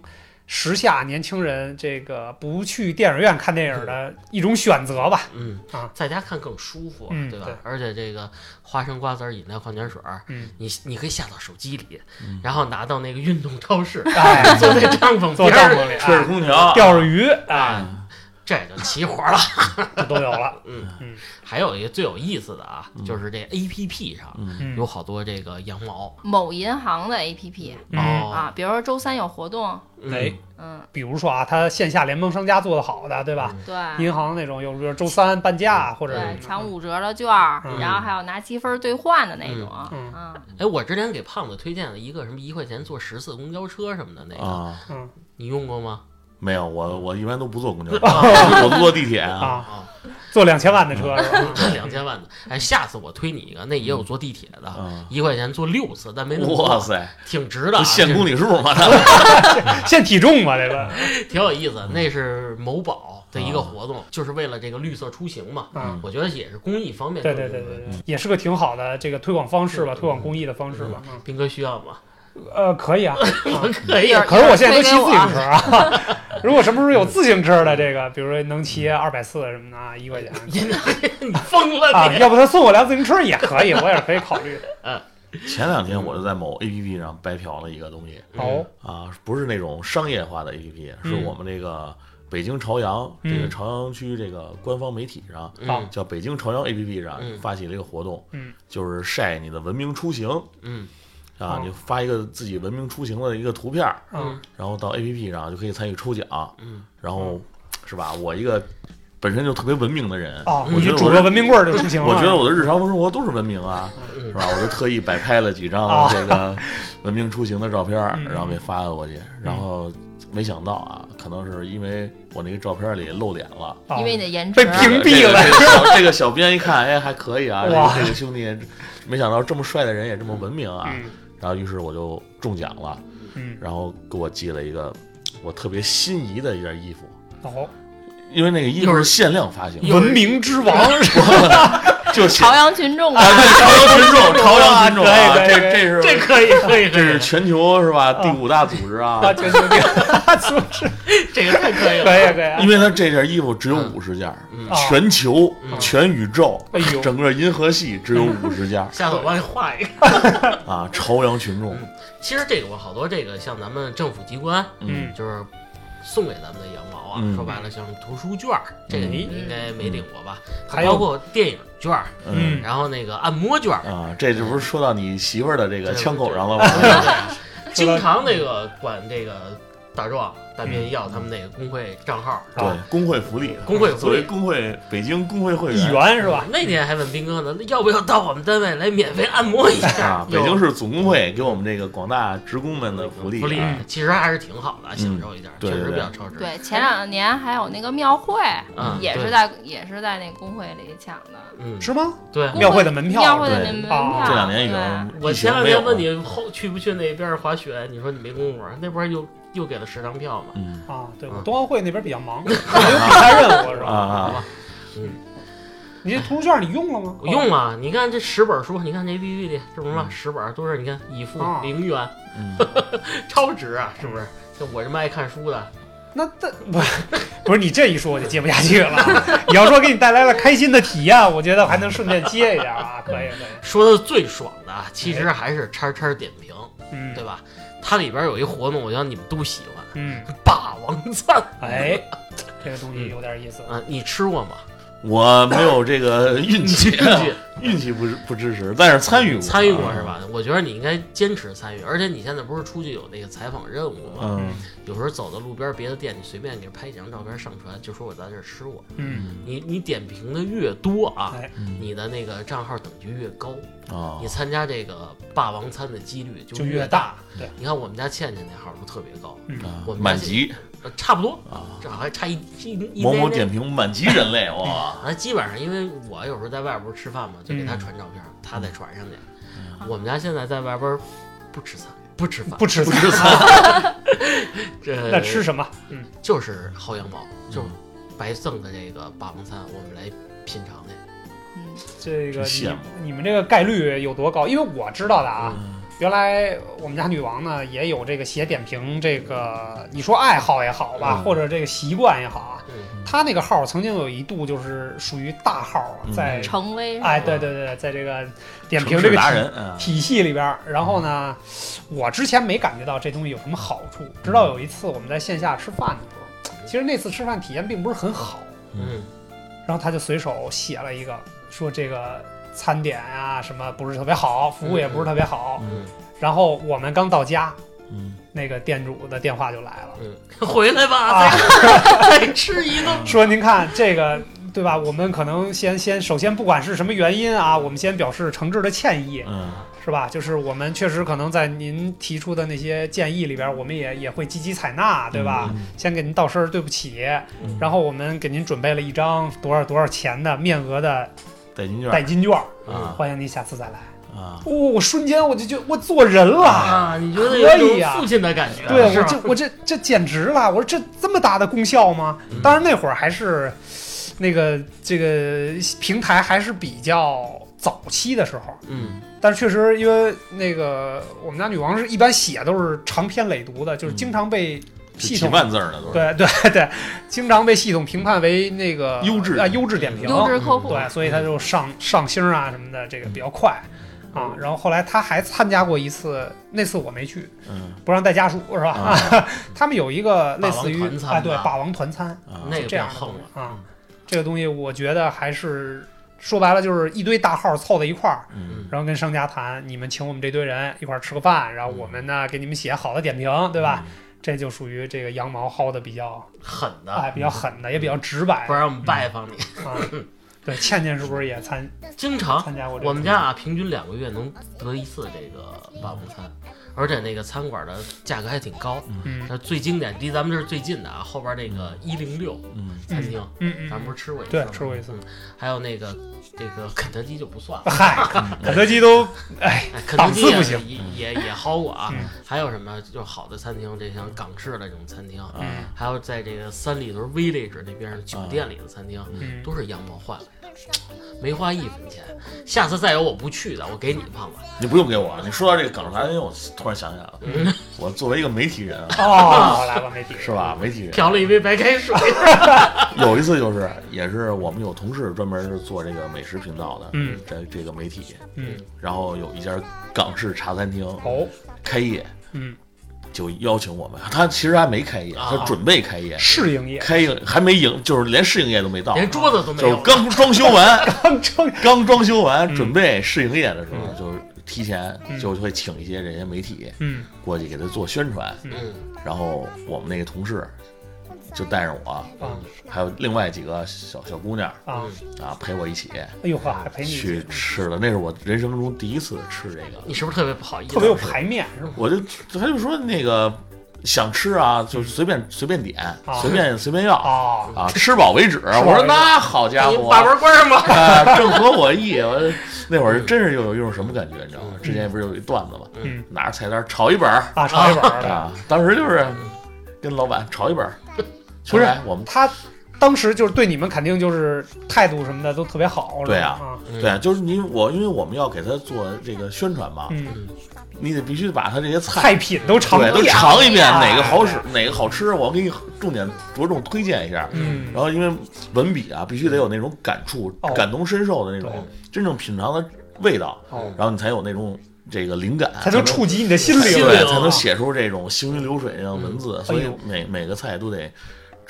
S3: 时下年轻人这个不去电影院看电影的一种选择吧，
S4: 嗯
S3: 啊，
S4: 在家看更舒服，
S3: 嗯
S4: 对吧？
S3: 对
S4: 而且这个花生、瓜子儿、饮料、矿泉水儿，
S3: 嗯，
S4: 你你可以下到手机里，然后拿到那个运动超 市，
S3: 哎，
S4: 坐在帐篷
S3: 坐
S4: 边
S3: 帐
S4: 儿，
S3: 篷里
S1: 吹着
S3: 啊，
S1: 空调，
S3: 钓着鱼啊，
S1: 嗯
S4: 这就齐活了。
S3: 这都有了。
S4: 还有一个最有意思的啊，就是这 A P P 上
S1: 嗯
S3: 嗯
S4: 有好多这个羊毛
S2: 某银行的 APP
S3: 嗯，
S4: 哦，
S2: 啊，比如说周三有活动，
S4: 嗯
S3: 哎，
S2: 嗯，
S3: 比如说啊，它线下联盟商家做的好的，对吧？
S2: 对。
S3: 银行那种，有比如周三半价或者
S2: 对，
S3: 什
S2: 抢
S3: 么
S2: 五折的券儿，
S3: 嗯
S2: 然后还有拿积分兑换的那种，
S3: 嗯
S2: 嗯，
S4: 哎，我之前给胖子推荐了一个什么一块钱坐十次公交车什么的那个，
S1: 啊，
S3: 的，嗯，
S4: 你用过吗？
S1: 没有，我我一般都不坐公交车，我都坐地铁啊。
S3: 啊，
S4: 啊，
S3: 坐两千万的车是吧？
S4: 两千万的。哎，下次我推你一个，那也有坐地铁的，
S1: 嗯，
S4: 一块钱坐六次，但没那么
S1: 哇
S4: 多，
S1: 塞，
S4: 挺值的啊，
S1: 不限公里数吗？
S3: 限体重吧，这个。
S4: 挺有意思。
S1: 嗯
S4: 那是某宝的
S1: 啊
S4: 一个活动，就是为了这个绿色出行嘛。
S3: 啊，
S4: 我觉得也是公益方面。
S3: 对对对对，对，也是个挺好的这个推广方式吧，推广公益的方式吧。嗯
S4: 斌哥需要吗？
S3: 呃，可以啊，
S4: 我可以啊
S2: 一会儿
S3: 可是我现在都骑
S2: 推给
S3: 自
S2: 我
S3: 行车啊。如果什么时候有自行车的这个，比如说能骑二百四什么的啊，一块钱
S4: 你疯了
S3: 啊，
S4: 你！
S3: 要不他送我辆自行车也可以，我也是可以考虑的。
S1: 前两天我就在某 APP 上白嫖了一个东西
S3: 哦，
S1: 啊，不是那种商业化的 APP，是
S4: 嗯
S1: 我们这个北京朝阳这个
S3: 嗯
S1: 朝阳区这个官方媒体上
S3: 啊
S4: 嗯
S1: 叫北京朝阳 APP 上
S4: 嗯
S1: 发起了一个活动，
S3: 嗯，
S1: 就是晒你的文明出行
S4: 嗯
S1: 啊
S3: 哦，
S1: 你发一个自己文明出行的一个图片儿，
S3: 嗯，
S1: 然后到 APP 上就可以参与抽奖，
S4: 嗯，嗯
S1: 然后是吧？我一个本身就特别文明的人，
S3: 哦，
S1: 我
S3: 你
S1: 觉得
S3: 拄
S1: 我
S3: 个
S1: 的
S3: 文明棍儿就出行了。
S1: 我觉得我的日常生活都是文明啊，
S4: 嗯
S1: 是吧？我就特意摆拍了几
S3: 啊
S1: 张这个文明出行的照片儿，
S3: 嗯
S1: 然后给发了过去，然后没想到啊，可能是因为我那个照片里露脸了。
S3: 啊
S2: 因为你的颜值
S3: 被屏蔽了
S1: 这个这个小这个小编一看，哎，还可以啊，这
S3: 哇
S1: 个这个兄弟，没想到这么帅的人也这么文明啊。
S3: 嗯
S1: 然后于是我就中奖了，
S3: 嗯，
S1: 然后给我寄了一个我特别心仪的一件衣服，
S3: 哦，
S1: 因为那个衣
S4: 又
S1: 服
S4: 是
S1: 是限量发行的，
S3: 文明之王，
S1: 就限
S2: 朝阳群众啊
S1: 啊，，对朝阳群 众， 朝阳群众啊，
S3: 可以
S1: 这
S3: 可以可
S1: 这是
S3: 以
S4: 这可以可以可
S1: 这是
S4: 以，
S1: 全球是吧第五大组织 啊，
S3: 啊，全球第二，组织
S4: 这个太可以了。
S3: 可以可以啊
S1: 因。为他这件衣服只有五十件儿，
S4: 嗯
S3: 啊
S1: 全球
S4: 嗯、
S1: 全宇宙
S3: 哎呦、
S1: 整个银河系只有五十件儿
S4: 下次我帮你画一个。
S1: 啊！朝阳群众，
S4: 其实这个我好多这个像咱们政府机关
S3: 嗯
S4: 就是送给咱们的羊毛啊，
S1: 嗯
S4: 说白了像图书券儿，这个你应该没领过吧？
S3: 嗯还有
S4: 包括电影券儿，
S1: 嗯
S3: 嗯
S4: 然后那个按摩券儿，
S1: 啊，这这不是说到你媳妇儿的这个
S4: 对
S1: 枪口上 了
S4: 对
S1: 吗？
S4: 对对经常那个管这个大壮、大
S3: 嗯
S4: 斌要他们那个工会账号，是吧？
S1: 对，工会福利，啊
S4: 工会福利
S1: 作为工会北京工会会
S3: 一
S1: 员
S3: 元是吧？
S4: 那天还问斌哥呢，那要不要到我们单位来免费按摩一下
S1: 啊？，北京
S4: 有
S1: 市总工会给我们这个广大职工们的福利
S4: 福利
S1: 啊，嗯
S4: 其实还是挺好的，享受一下，
S1: 对
S4: 确实
S1: 对
S4: 比较超值。
S2: 对，前两年还有那个庙会，
S3: 啊
S4: 嗯
S2: 也
S4: 对
S2: 是在也是在那工会里抢的
S4: 嗯，
S3: 是吗？
S4: 对。
S2: 工
S3: 庙会的门票
S2: 庙会的
S1: 对
S2: 那门
S3: 啊
S2: 票。
S4: 嗯
S1: 这两年已经
S2: 对
S4: 啊我
S1: 疫
S4: 前
S1: 情
S4: 两
S1: 没有啊
S4: 天问你后去不去那边滑雪，你说你没工夫，啊那不是又又给了十张票吗？
S1: 嗯
S3: 啊，对，我
S4: 嗯
S3: 冬奥会那边比较忙，有比赛任务是
S1: 啊
S3: 吧？
S1: 啊，
S3: 你这图书券你用了吗？
S1: 哦
S3: 哦
S4: 我用啊，你看这十本书，你看这 APP 里这不是嘛，十本都是你看已付
S3: 啊
S4: 零元，
S1: 嗯，
S4: 超值啊，是不是？就我这么爱看书的，
S3: 那这不不是你这一说我就接不下去了 啊。你要说给你带来了开心的体验，我觉得还能顺便接一下啊，可以可以。
S4: 说的最爽的啊，其
S1: 哎
S4: 实还是叉叉点评，
S3: 嗯
S4: 对吧？它里边有一活动，我想你们都喜欢，
S3: 嗯，
S4: 霸王餐
S3: 哎，这个东西有点意思。
S4: 啊，你吃 过吗？
S1: 我没有这个运 气，
S4: 去
S1: 运气不是不支持，但是参与过，啊
S4: 参与过是？吧？我觉得你应该坚持参与，而且你现在不是出去有那个采访任务吗？
S1: 嗯，
S4: 有时候走到路边别的店，你随便给拍几张照片上传，就说我在这儿吃过。
S3: 嗯，
S4: 你你点评的越多啊，
S3: 哎，哦
S1: 嗯
S4: 你的那个账号等级越高，
S1: 啊
S4: 嗯你，参加这个霸王餐的几率就
S3: 就越
S4: 大
S3: 大。。对，嗯
S4: 你看我们家倩倩那号都特别高，
S1: 啊
S4: 我们
S1: 满级
S4: 呃差不多，
S3: 哦
S1: 啊，
S4: 这还差一一一
S1: 某某
S4: 点
S1: 点
S4: 点。
S1: 评满级人类哇，
S4: 啊，基本上因为我有时候在外边吃饭嘛，就给
S3: 嗯
S4: 她传照片，她再传上去。我们家现在在外边不吃菜，不吃饭，
S3: 不吃
S1: 不
S3: 菜，
S1: 是菜，
S4: 这
S3: 那吃什嗯么？嗯，
S4: 就是薅羊毛， 就是白赠的这个霸王餐，我们来品尝去。
S2: 嗯
S3: 这个
S1: 真羡
S3: 你
S1: 慕嗯
S3: 你们这个概率有多高？因为我知道的啊，原来我们家女王呢也有这个写点评，这个你说爱好也好吧，
S1: 嗯
S3: 或者这个习惯也好啊，
S4: 嗯，
S3: 她那个号曾经有一度就是属于大号啊，
S1: 嗯
S3: 在
S2: 成威
S3: 哎，
S4: 吧
S3: 对对对，在这个点
S1: 城
S3: 评
S1: 市
S3: 这个
S1: 达
S3: 体
S1: 人嗯啊，
S3: 体系里边儿，然后呢，我之前没感觉到这东西有什么好处，直到有一次我们在线下吃饭的时候，其实那次吃饭体验并不是很好，
S4: 嗯
S3: 然后他就随手写了一个说这个餐点啊什么不是特别好，服务也不是特别好，
S4: 嗯
S3: 然后我们刚到家，
S1: 嗯，
S3: 那个店主的 电话就来了。
S4: 嗯，回来吧，
S3: 啊，
S4: 再再吃一顿。
S3: 说您看这个对吧？我们可能先先首先不管是什么原因啊，我们先表示诚挚的歉意，
S1: 嗯
S3: 是吧？就是我们确实可能在您提出的那些建议里边，我们也也会积极采纳，对吧？
S1: 嗯
S3: 先给您道声儿对不起，
S1: 嗯
S3: 然后我们给您准备了一张多少多少钱的面额的
S1: 代金券
S3: 代金券儿，
S1: 啊
S3: 欢迎您下次再来。
S1: 啊，
S3: 哦，我瞬间我就觉得我做人了。
S4: 啊，你觉得有
S3: 可以
S4: 一
S3: 呀
S4: 种父亲的感觉，啊
S3: 对
S4: 是
S3: 我
S4: 吧
S3: 这我这这简直了！我说这这么大的功效吗？当然那会儿还是那个这个平台还是比较早期的时候，
S4: 嗯
S3: 但是确实因为那个我们家女王是一般写都是长篇累牍的，就是
S1: 嗯
S3: 经常被系
S1: 几
S3: 统、
S1: 万字儿呢都是，
S3: 对对对，经常被系统评判为那个
S1: 优质
S3: 啊优质点评，
S2: 优质客户，
S3: 对，所
S4: 嗯
S3: 以他就上上星儿啊什么的，这个比较快啊。然后后来他还参加过一次，那次我没去，
S1: 嗯
S3: 不让带家属是吧？
S1: 啊
S3: 他们有一个类似于
S4: 霸王团餐
S3: 啊，对，
S4: 吧
S3: 霸王团餐
S1: 啊，
S4: 那个
S3: 这
S4: 比较
S3: 样的
S4: 横嗯
S3: 东西啊，这个东西我觉得还是说白了就是一堆大号凑在一块儿，
S1: 嗯
S3: 然后跟商家谈，你们请我们这堆人一块儿吃个饭，然后我们
S4: 嗯
S3: 呢给你们写好的点评，对吧？这就属于这个羊毛薅的比较
S4: 狠的，
S3: 哎比较狠的，也比较直白
S4: 不让我们拜访你。
S3: 啊。对，倩倩是不是也参
S4: 经常
S3: 参加过这个？
S4: 我们家啊，平均两个月能得一次这个霸王餐，而且那个餐馆的价格还挺高。
S3: 嗯
S4: 那最经典离咱们这儿最近的啊，后边这个一零六
S1: 嗯
S4: 餐厅，
S3: 嗯
S4: 咱
S3: 嗯，
S4: 们不是吃过一次
S3: 对
S4: 吗，
S3: 吃过一次
S4: 嗯。还有那个这个肯德基就不算 了，
S3: 嗨，
S1: 嗯
S3: 嗯肯德基都
S4: 哎肯德
S3: 档
S4: 基
S3: 次不
S4: 也
S3: 行
S4: 也也也薅我啊
S3: 嗯。
S4: 还有什么就是好的餐厅，这像港式的这种餐厅，
S3: 嗯
S1: 啊
S4: 还有在这个三里屯 village 那边酒店里的餐厅，
S3: 嗯
S4: 都是羊毛换来的，没花一分钱。下次再有我不去的，我给你胖子。
S1: 你不用给我，你说到这个港式餐厅，我突然想起来了，
S4: 嗯
S1: 我作为一个媒体人啊，
S3: 哦，来吧，媒体
S1: 是吧？媒体人
S4: 调了一杯白开 水。
S1: 有一次就是，也是我们有同事专门是做这个美食频道的，
S3: 嗯，
S1: 这这个媒体，
S3: 嗯，
S1: 然后有一家港式茶餐厅
S3: 哦，
S1: 开业，
S3: 嗯，
S1: 就邀请我们，他其实还没开业，
S4: 啊
S1: 他准备开业，
S3: 试营业，
S1: 开业还没营，就是连试营业都没到，
S4: 连桌子都没
S1: 就是
S4: 有，
S1: 刚装修完，
S3: 刚正
S1: 刚装修完
S3: 嗯
S1: 准备试营业的时
S4: 嗯
S1: 候，就是提前就会请一些这些媒体
S3: 嗯
S1: 过去给他做宣传，
S4: 嗯，
S1: 然后我们那个同事就带上我，
S3: 啊
S1: 还有另外几个小小姑娘
S3: 啊，
S1: 啊陪我一起。
S3: 哎呦呵，还陪你
S1: 去吃了，那是我人生中第一次吃这个。
S4: 你是不是特别不好意思？啊
S3: 特别有排面是吧？
S1: 我就他就说那个想吃啊，就随便随便点，随便随便要
S3: 啊，
S1: 啊，吃饱为止。
S3: 饱
S1: 我说
S3: 为止哎
S1: 那好家
S4: 你
S1: 伙，
S4: 把门关上吧。
S1: 啊，正合我意。我那会儿真是有一种什么感觉，你知道吗？之前不是有一段子吗？
S3: 嗯
S1: 拿着菜单炒一本儿
S3: 啊，抄一本儿的。
S1: 啊，当时就是
S4: 嗯
S1: 跟老板炒一本儿，
S3: 不
S1: 全
S3: 是
S1: 来我们
S3: 他当时就是对你们肯定就是态度什么的都特别好，
S1: 对
S3: 啊
S1: 啊，
S3: 啊，
S4: 嗯
S1: 对，就是你我，因为我们要给他做这个宣传嘛，
S3: 嗯，
S1: 你得必须把他这些菜
S3: 菜品都尝
S1: 对，啊
S3: 遍
S1: 都
S3: 了，
S1: 尝一遍哪个好使
S3: 哎，
S1: 哪个好吃，我给你重点着重推荐一下。
S3: 嗯
S1: 然后因为文笔啊，必须得有那种感触
S3: 哦、
S1: 感同身受的那种，真正品尝的味道，
S3: 哦，
S1: 然后你才有那种这个灵感，
S3: 才能触及你的心
S4: 心
S3: 灵，啊
S1: 对，
S4: 灵
S1: 才能写出这种行云流水那样的文字。所
S3: 哎
S1: 以
S3: 呦
S1: 每每个菜都得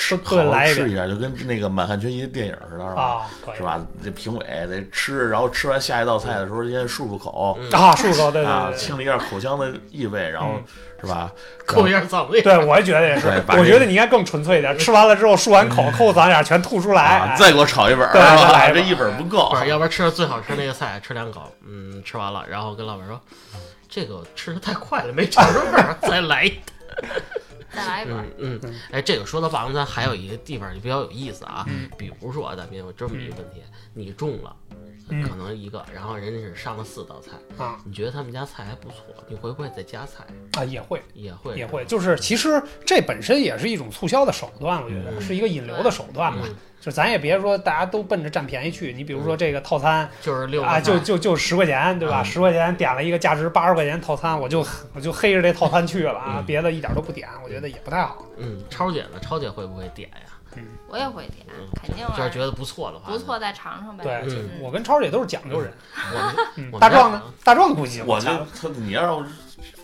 S1: 吃
S3: 都得
S1: 好好
S3: 来一
S1: 吃一下，就跟那个《满汉全席》电影似的，是吧？
S3: 啊，可以
S1: 是？吧？这评委得吃，然后吃完下一道菜的时候，先漱漱口。
S4: 嗯
S3: 啊，叔叔，对
S1: 啊，
S3: 对
S1: 清理一下口腔的异味，然后、
S3: 嗯
S1: 是吧？
S4: 扣一下嗓 子
S3: 对，，对，我也觉得也是
S1: 对把，这
S3: 我觉得你应该更纯粹一点，吃完了之后漱完口，扣嗓眼全吐出来哎
S1: 啊，，再给我炒一本儿，
S3: 对
S1: 是
S3: 再
S1: 吧？
S3: 来一
S1: 这
S3: 本儿
S1: 一本儿不够哎
S4: 不，是，要不然吃了最好吃那个菜，吃两口，嗯，吃完了，然后跟老板说，这个吃的太快了，没尝出味儿，再来 一。
S2: 再来一本。
S4: 嗯嗯，哎，这个说到霸王餐，还有一个地方就比较有意思啊，比如说啊，咱们有这么一个问题，你中了。
S3: 嗯
S4: 可能一个，然后人家是上了四道菜，
S3: 哎啊
S4: 你觉得他们家菜还不错，你会不会再加菜？
S3: 啊也会。
S4: 也会
S3: 也会，就是其实这本身也是一种促销的手段，我觉得
S4: 嗯
S3: 是一个引流的手段吧
S4: 嗯。
S3: 就咱也别说大家都奔着占便宜去，你比如说这个套餐
S4: 就是六个
S3: 啊，
S4: 菜
S3: 就就就十块钱，对吧？
S4: 嗯
S3: 十块钱点了一个价值八十块钱套餐，我就我就黑着这套餐去了啊，别的一点都不点，我觉得也不太好。
S4: 嗯，超姐呢？超姐会不会点呀？嗯
S2: 我也会点，
S1: 嗯
S2: 肯定
S4: 就是觉
S2: 啊。
S4: 得不错的话，
S2: 不错，再尝尝呗。
S3: 对
S4: 嗯
S3: 我跟超姐都是讲究人，
S4: 我们
S3: 嗯
S4: 我们
S3: 大
S4: 家
S3: 壮呢？大壮估计
S1: 我就
S3: 操
S1: 他你要让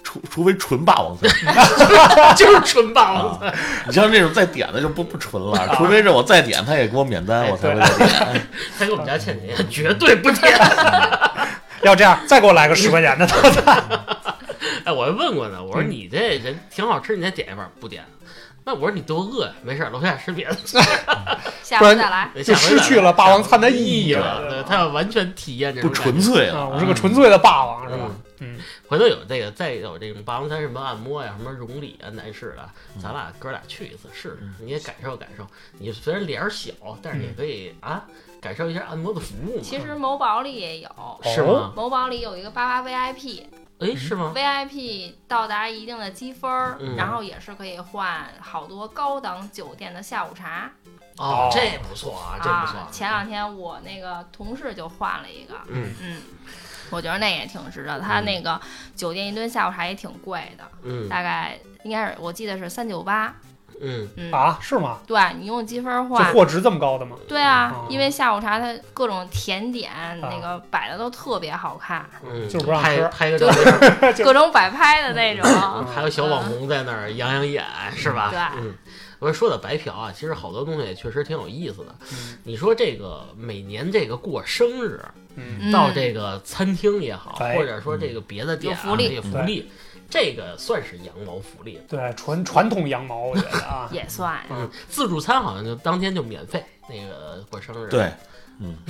S1: 除除非纯霸王 餐， 啊
S4: 就是纯霸
S3: 啊
S4: 王餐。
S1: 你像这种再点的就不不纯了，除非是我再点他也给我免单，
S4: 哎
S1: 我才会再点。
S4: 他给我们家倩倩绝对不点。
S3: 要这样，再给我来个十块钱的套餐， 嗯
S4: 哎，我还问过呢，我说你这人挺好吃，你再点一份儿不点？那我说你多饿呀，没事儿，楼下吃别的去，
S2: 下回再来。
S3: 就失去了霸王餐的意义
S4: 了。哎对，啊
S3: 了。
S4: 他要完全体验这
S1: 不
S4: 种
S1: 纯
S4: 感觉。
S1: 粹
S3: 啊，
S1: 了。嗯
S3: 我是个纯粹的霸王，是吧？嗯，
S4: 回头有这个，再有这种霸王餐什么按摩呀、什么荣礼啊、男士的，
S3: 嗯
S4: 咱俩哥俩去一次试试，你也感受感受。你虽然脸儿小，但是也
S3: 嗯
S4: 可以啊，感受一下按摩的服务嘛。
S2: 其实某宝里也有，
S4: 是吗？
S3: 哦
S2: 某宝里有一个八八 VIP，VIP
S4: 哎，是
S3: 嗯
S4: 吗？
S2: 到达一定的积分儿
S4: 嗯，
S2: 然后也是可以换好多高档酒店的下午茶
S4: 哦
S3: 哦，
S4: 这不错啊，这不
S2: 啊
S4: 错。。
S2: 前两天我那个同事就换了一个，
S4: 嗯
S2: 嗯，我觉得那也挺值的。他那个酒店一顿下午茶也挺贵的，
S4: 嗯
S2: 大概应该是我记得是三九八，
S4: 嗯
S2: 嗯，
S3: 啊，是吗？
S2: 对你用积分
S3: 这
S2: 换，
S3: 货值这么高的吗？
S2: 对啊
S3: 哦，
S2: 因为下午茶它各种甜点那个摆的都特别好看，
S4: 嗯，
S3: 就是不让
S4: 拍
S3: 吃
S4: 拍个
S2: 就
S4: 照片儿，
S2: 各种摆拍的
S4: 嗯
S2: 那 种，
S4: 还有小网红在那儿养养眼，是吧？
S2: 啊对
S4: 嗯。我说到白嫖啊，其实好多东西确实挺有意思的。
S3: 嗯
S4: 你说这个每年这个过生日，
S3: 嗯
S2: 嗯
S4: 到这个餐厅也好，
S3: 哎
S4: 或者说这个别的店、啊、
S2: 有福利，
S4: 这个福利，这个算是羊毛福利。
S3: 对，传传统羊毛，我觉得啊
S2: 也算
S4: 嗯，自助餐好像就当天就免费，那个过生日。，
S1: 对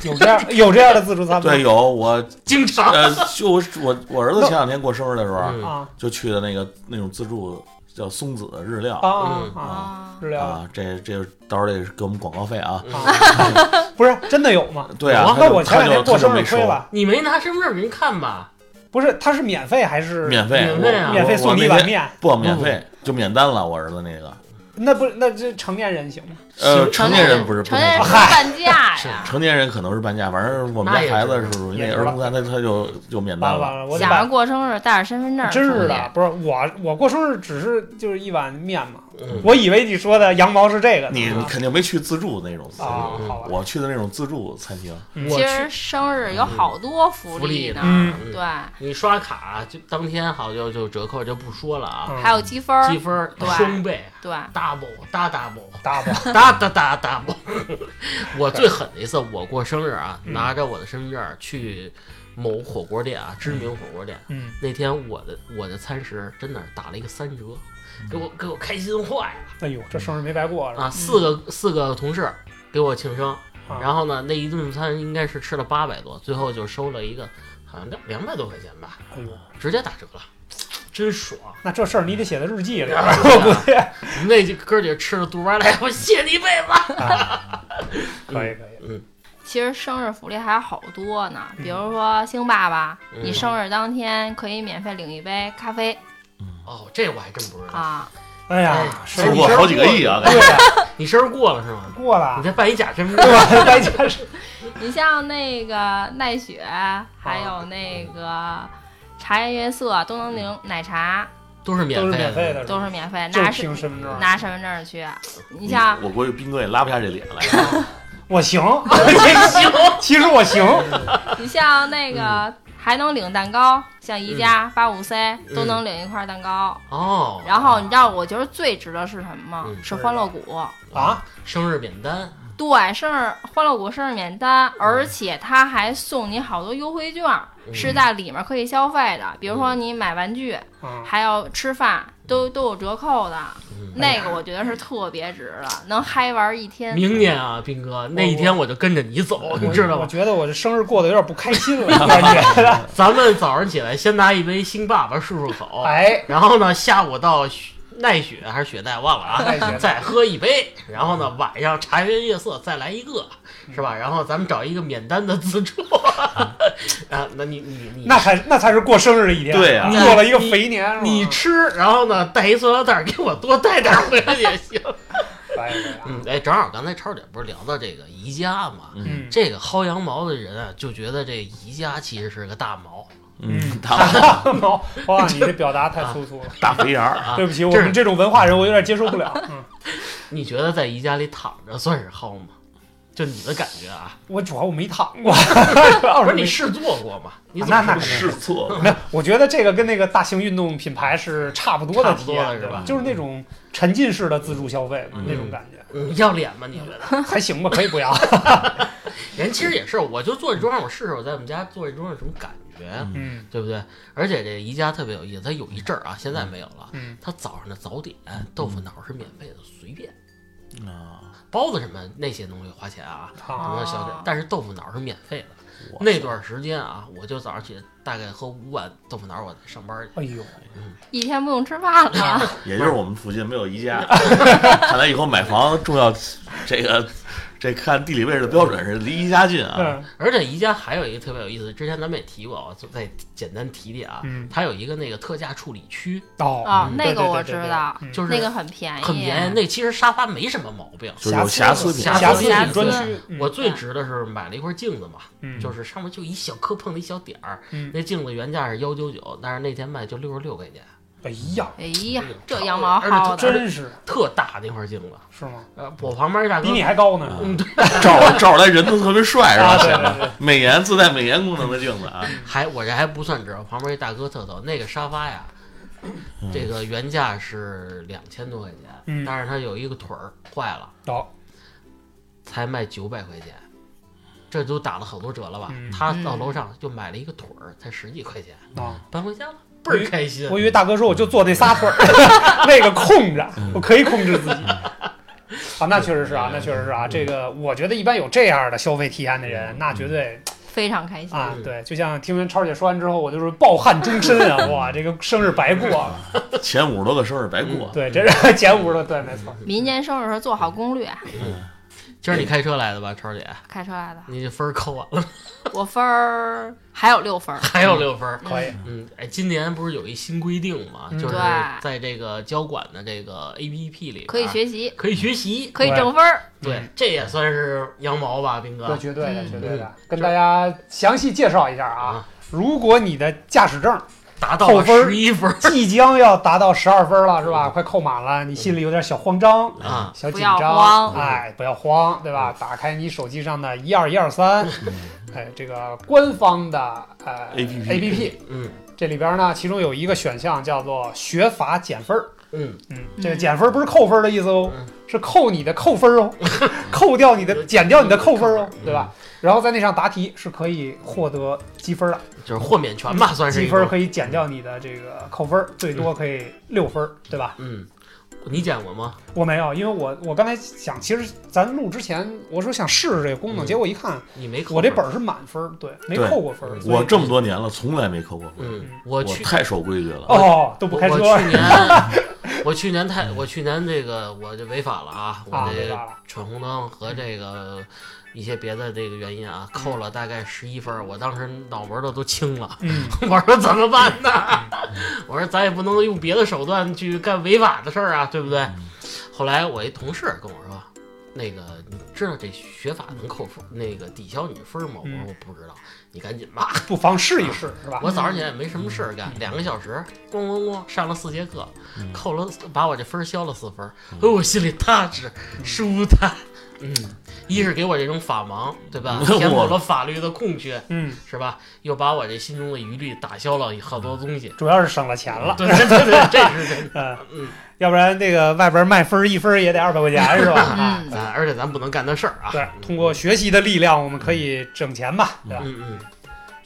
S3: 有这样有这样的自助餐吗
S1: 对，？有我
S4: 经常。
S1: 呃， 就我我我儿子前两天过生日的时候，
S4: 嗯
S3: 啊
S1: 就去的那个那种自助叫松子日料
S3: 啊
S4: 嗯
S3: 啊啊，
S2: 啊。
S3: 知道了。
S1: 啊，这这到时候得给我们广告费啊。
S4: 嗯
S3: 不是真的有吗？
S1: 对啊
S4: 有啊，
S1: 他
S3: 那
S1: 就
S3: 我前两
S1: 他就
S3: 天过
S1: 他就
S3: 生日
S1: 没
S3: 亏
S1: 收，
S3: 了，
S4: 你没拿身份证给人看吧？
S3: 不是，它是免费还是
S1: 免费
S4: 免费啊
S1: 我
S3: 免费
S1: 我
S3: 送你一
S1: 那
S3: 碗
S1: 天
S3: 面？
S1: 不免费就免单了，我儿子那个。
S3: 那不那这成年人行吗？
S1: 呃，
S4: 行
S1: 成年人不是不
S2: 成年人
S1: 太
S2: 不半价呀，
S1: 成年人可能是半价，反正我们
S4: 那也
S1: 家孩
S4: 是
S1: 子是属于那
S3: 也
S1: 儿
S3: 是吧
S1: 童餐，他他就就免
S3: 完
S1: 单
S3: 了完
S1: 了。
S3: 了，我得
S2: 想着
S3: 把。
S2: 过生日带着身份证出去，
S3: 真是的，不是我，我过生日只是就是一碗面嘛，
S4: 嗯
S3: 我以为你说的羊毛是这个呢。
S1: 你
S3: 啊
S1: 肯定没去自助那种，
S3: 啊，
S4: 嗯
S3: 好吧，
S1: 我去的那种自助餐厅，
S4: 我
S2: 其
S4: 去
S2: 实生日有好多福
S4: 福利
S2: 呢，
S3: 嗯
S4: 嗯
S2: 对，
S4: 你刷卡就当天好就就折扣就不说了啊，
S3: 嗯
S2: 还有积分儿
S4: 积，分儿
S2: 对
S4: 双倍
S2: 对，
S4: double 大 double
S3: 大不
S4: 哒哒哒哒不， 我最狠的一次，我过生日啊，
S3: 嗯
S4: 拿着我的身份证儿去某火锅店啊，知名火锅店。
S3: 嗯，
S4: 那天我的我的餐食真的打了一个三折，
S3: 嗯
S4: 给我给我开心坏了
S3: 哎呦，这生日没白过是吧？
S4: 啊！四个四个同事给我庆生，
S3: 啊
S4: 然后呢，那一顿餐应该是吃了八百多，最后就收了一个好像两两百多块钱吧，
S3: 哎呦，
S4: 直接打折了，真爽！
S3: 那这事儿你得写在日记里，
S1: 嗯
S4: 啊
S3: 我估计。
S4: 我 们那哥几个吃了肚儿来，我谢你一辈子。
S3: 可以可以，
S2: 其实生日福利还有好多呢，
S3: 嗯
S2: 比如说星爸爸，
S4: 嗯
S2: 你生日当天可以免费领一杯咖啡
S4: 哦，这我还真不知道，
S2: 啊，
S3: 哎呀，
S4: 哎
S3: 是
S1: 收过好几个亿啊！感觉
S3: 对呀，
S4: 你生日过了是吗？
S3: 过了
S4: 你，再办一假身份
S3: 对
S4: 证，
S3: 吧？白家是
S2: 你像那个奈雪，还有那个茶颜悦色都能领奶茶，
S4: 都是免
S3: 都是
S4: 费
S3: 免费，的，
S2: 都是免费，
S3: 就
S2: 拿
S3: 是凭
S2: 身
S3: 身份证。
S2: 拿身份证去。你像
S1: 我估计斌哥也拉不下这脸来。
S3: 啊我行， 行，其实我行，
S2: 你像那个还能领蛋糕，像宜家八五 C
S4: 嗯
S2: 都能领一块蛋糕。
S4: 哦。
S2: 然后你知道我觉得最值的是什么吗
S4: 嗯？
S2: 是欢乐谷。
S3: 啊，
S4: 生日免单，
S2: 对，生日欢乐谷生日免单，
S4: 嗯
S2: 而且他还送你好多优惠券儿，是在里面可以消费的，比如说你买玩具，
S3: 嗯
S2: 还有吃饭，都都有折扣的。
S4: 嗯
S2: 那个我觉得是特别值的，能嗨玩一
S3: 嗯
S2: 天。
S4: 明年啊，斌哥那一天我就跟着你走，你知道
S3: 哦我
S4: 吗？
S3: 觉得我这生日过得有点不开心了，感 觉。
S4: 咱们早上起来先拿一杯星爸爸漱漱 口，
S3: 哎，
S4: 然后呢，下午到雪奈雪还是雪奈忘了
S3: 奈
S4: 啊，
S3: 雪
S4: 再喝一杯，然后呢，晚上茶颜悦色再来一个，是吧？然后咱们找一个免单的自 助啊，那你你你
S3: 那才那才是过生日的一天。
S1: 对呀
S3: 你过了一个肥年，是吧
S4: 你吃，然后呢，带一塑料袋儿给我多带点儿回来也行。
S3: 哎呀
S4: 嗯，哎，正好刚才超姐不是聊到这个宜家嘛，
S3: 嗯
S4: 这个薅羊毛的人啊，就觉得这宜家其实是个大毛，
S1: 嗯，
S3: 嗯
S1: 大
S3: 毛，哇，你这表达太粗俗了。
S1: 大肥羊儿，
S4: 啊
S3: 对不起，
S4: 这
S3: 我
S4: 是
S3: 们这种文化人，我有点接受不了。嗯，
S4: 你觉得在宜家里躺着算是薅吗？就你的感觉啊，
S3: 我主要我没躺过，主要
S4: 不
S3: 是
S4: 是
S3: 没
S4: 你试做过吗？你怎
S3: 那
S4: 么
S3: 那
S4: 知道
S1: 试错 了。
S3: 没有，我觉得这个跟那个大型运动品牌是差不多的体
S4: 差不多
S3: 验，
S4: 的是吧
S3: 就是那种沉浸式的自助消费嘛，
S1: 嗯
S3: 那种感觉，
S4: 嗯要脸吗？你觉得？
S3: 还行吧，可以不要。
S4: 人其实也是，我就坐这桌上，我试试我在我们家坐这桌上什么感觉。觉，
S3: 嗯
S4: 对不对？而且这宜家特别有意思，它有一阵儿啊，现在没有了，
S3: 嗯
S4: 它早上的早点豆腐脑是免费的，随便。
S1: 啊，
S4: 包子什么那些东西花钱啊，什
S3: 好，
S4: 么小点
S2: 哦，
S4: 但是豆腐脑是免费的。
S1: 我
S4: 那段时间啊，我就早上起来大概喝五碗豆腐脑，我得上班去。
S3: 哎呦，
S2: 一天不用吃饭 了，
S1: 也就是我们附近没有宜家， 看来以后买房重要，这个这看地理位置的标准是离宜家近啊。
S3: 嗯
S4: 而且宜家还有一个特别有意思，之前咱们也提过，我再简单提提啊，
S3: 嗯
S4: 它有一个那个特价处理区，
S3: 哦，
S2: 啊，
S4: 嗯
S2: 那
S3: 对
S2: 个
S3: 对
S2: 我
S3: 对
S2: 知
S3: 对对
S2: 道，
S3: 嗯
S4: 就是
S2: 那个很便宜，
S4: 很便宜。那其实沙发没什么毛病。
S1: 就是有瑕疵品
S3: 瑕疵
S2: 瑕
S3: 品
S2: 疵
S3: 专区，嗯
S4: 我最值的是买了一块镜子嘛，
S3: 嗯
S4: 就是上面就一小磕碰的一小点儿，
S3: 嗯
S4: 那镜子原价是幺九九，但是那天卖就六十六块钱，
S3: 哎呀，
S2: 哎呀
S4: 哎呦，
S2: 这羊毛
S4: 而且它
S2: 薅的，
S3: 真是
S4: 特大那块镜子。
S3: 是吗？
S4: 呃，我旁边大哥
S3: 比你还高呢，
S1: 嗯， 照照出来人都特别帅是吧？
S3: 啊啊对
S1: 显
S3: 对对
S1: 得美颜自带美颜功能的镜子啊，
S4: 还我这还不算值，旁边一大哥特逗，那个沙发呀，这个原价是两千多块钱，
S3: 嗯哦
S4: 但是它有一个腿儿坏了，
S3: 高，
S4: 才卖九百块钱，这都打了好多折了吧？
S3: 嗯
S4: 他到楼上就买了一个腿儿，才十几块钱，
S3: 啊。
S4: 搬回家了，倍儿开心。
S3: 我以为大哥说我就坐那仨腿儿， 那个空着，我可以控制自己。啊，那确实是啊，那确实是啊。这个
S4: 嗯
S3: 我觉得一般有这样的消费体验的人，那绝对
S2: 非常开
S4: 嗯
S2: 心。
S3: 啊，对。就像听完超姐说完之后，我就是抱憾终身啊！哇，这个生日白过，
S4: 嗯
S1: 前五十多个生日白过。
S3: 对，真是 减五十了，对，没错。
S2: 民间生日时候做好攻略，
S4: 今儿你开车来的吧，超姐？
S2: 开车来的，
S4: 你这分儿扣完了，
S2: 我分儿还有六分
S3: 嗯
S2: 儿，
S4: 还有六分儿。
S3: 可以，
S4: 嗯，哎，今年不是有一新规定吗？
S3: 嗯
S4: 就是
S2: 对
S4: 在这个交管的这个 A P P 里边儿
S2: 可以学
S3: 啊
S2: 习，
S4: 可以学习。嗯
S2: 可以挣分儿，
S4: 对，这也算是羊毛吧，斌
S3: 对，
S4: 哥。
S3: 绝对的，
S2: 嗯
S3: 绝对的
S4: 嗯。
S3: 跟大家详细介绍一下啊
S4: 啊，
S3: 如果你的驾驶证
S4: 达到
S3: 扣
S4: 了
S3: 分儿
S4: 十一分儿
S3: 即将要达到十二分了，是吧？快扣满了，你心里有点小慌张，
S4: 啊，
S3: 小紧
S2: 不
S3: 张，
S2: 要慌
S3: 哎，不要慌，对吧？打开你手机上的一二一二三， 哎，这个官方的呃
S1: APP
S3: A P P，
S4: 嗯
S3: 这里边呢，其中有一个选项叫做学法减分儿。
S4: 嗯，
S3: 嗯，这个减分儿不是扣分儿的意思哦
S4: 嗯，
S3: 是扣你的扣分儿哦， 扣掉你的减掉你的扣分儿哦
S4: 嗯，
S3: 对吧？然后在那上答题是可以获得积分儿的，
S4: 就是豁免权吧，算是
S3: 积
S4: 一
S3: 分儿
S4: 种。
S3: 可以减掉你的这个扣分儿，最多可以六分儿，对吧？
S4: 嗯，你捡过吗？
S3: 我没有，因为我我刚才想，其实咱录之前我说想试试这个功能，
S4: 嗯
S3: 结果一看
S4: 你没扣。
S3: 我这本。儿是满分儿，对，没
S1: 对
S3: 扣过分儿。所以
S1: 我这么多年了，从来没扣过分，
S4: 嗯
S3: 嗯，
S4: 我
S1: 我
S4: 去，
S1: 太守规矩了。？
S3: 哦都
S4: 我
S3: 不开车
S4: 我去年， 我去年太，我去年这个我就违法了啊，
S3: 啊
S4: 我，
S3: 没
S4: 这
S3: 办法
S4: 闯红灯和这个一些别的这个原因啊，扣了大概十一分儿，我当时脑门儿都都青了。
S3: 嗯，
S4: 我说怎么办呢？ 我说咱也不能用别的手段去干违法的事儿啊，对不对？后来我一同事跟我说，那个你知道这学法能扣分，那个抵消你分吗？我说
S3: 嗯
S4: 我不知道，你赶紧吧。
S3: 不妨试一试，是吧？
S4: 我早上起来也没什么事儿干，两个小时，咣咣咣上了四节课，扣了把我这分儿消了四分儿，哎，我心里踏实舒坦。嗯，一是给我这种法盲，对吧
S1: 我
S4: 填补了法律的空缺，
S3: 嗯，
S4: 是吧？又把我这心中的疑虑打消了好多东西。
S3: 主要是省了钱了，
S4: 对对对对，这 是真的。
S3: 嗯，
S4: 嗯
S3: 要不然那个外边卖分儿一分儿也得二百块 钱，是吧？啊，
S2: 嗯，
S4: 咱哎而且咱不能干的事儿啊。
S3: 对，通过学习的力量，我们可以挣钱吧，对吧？
S4: 嗯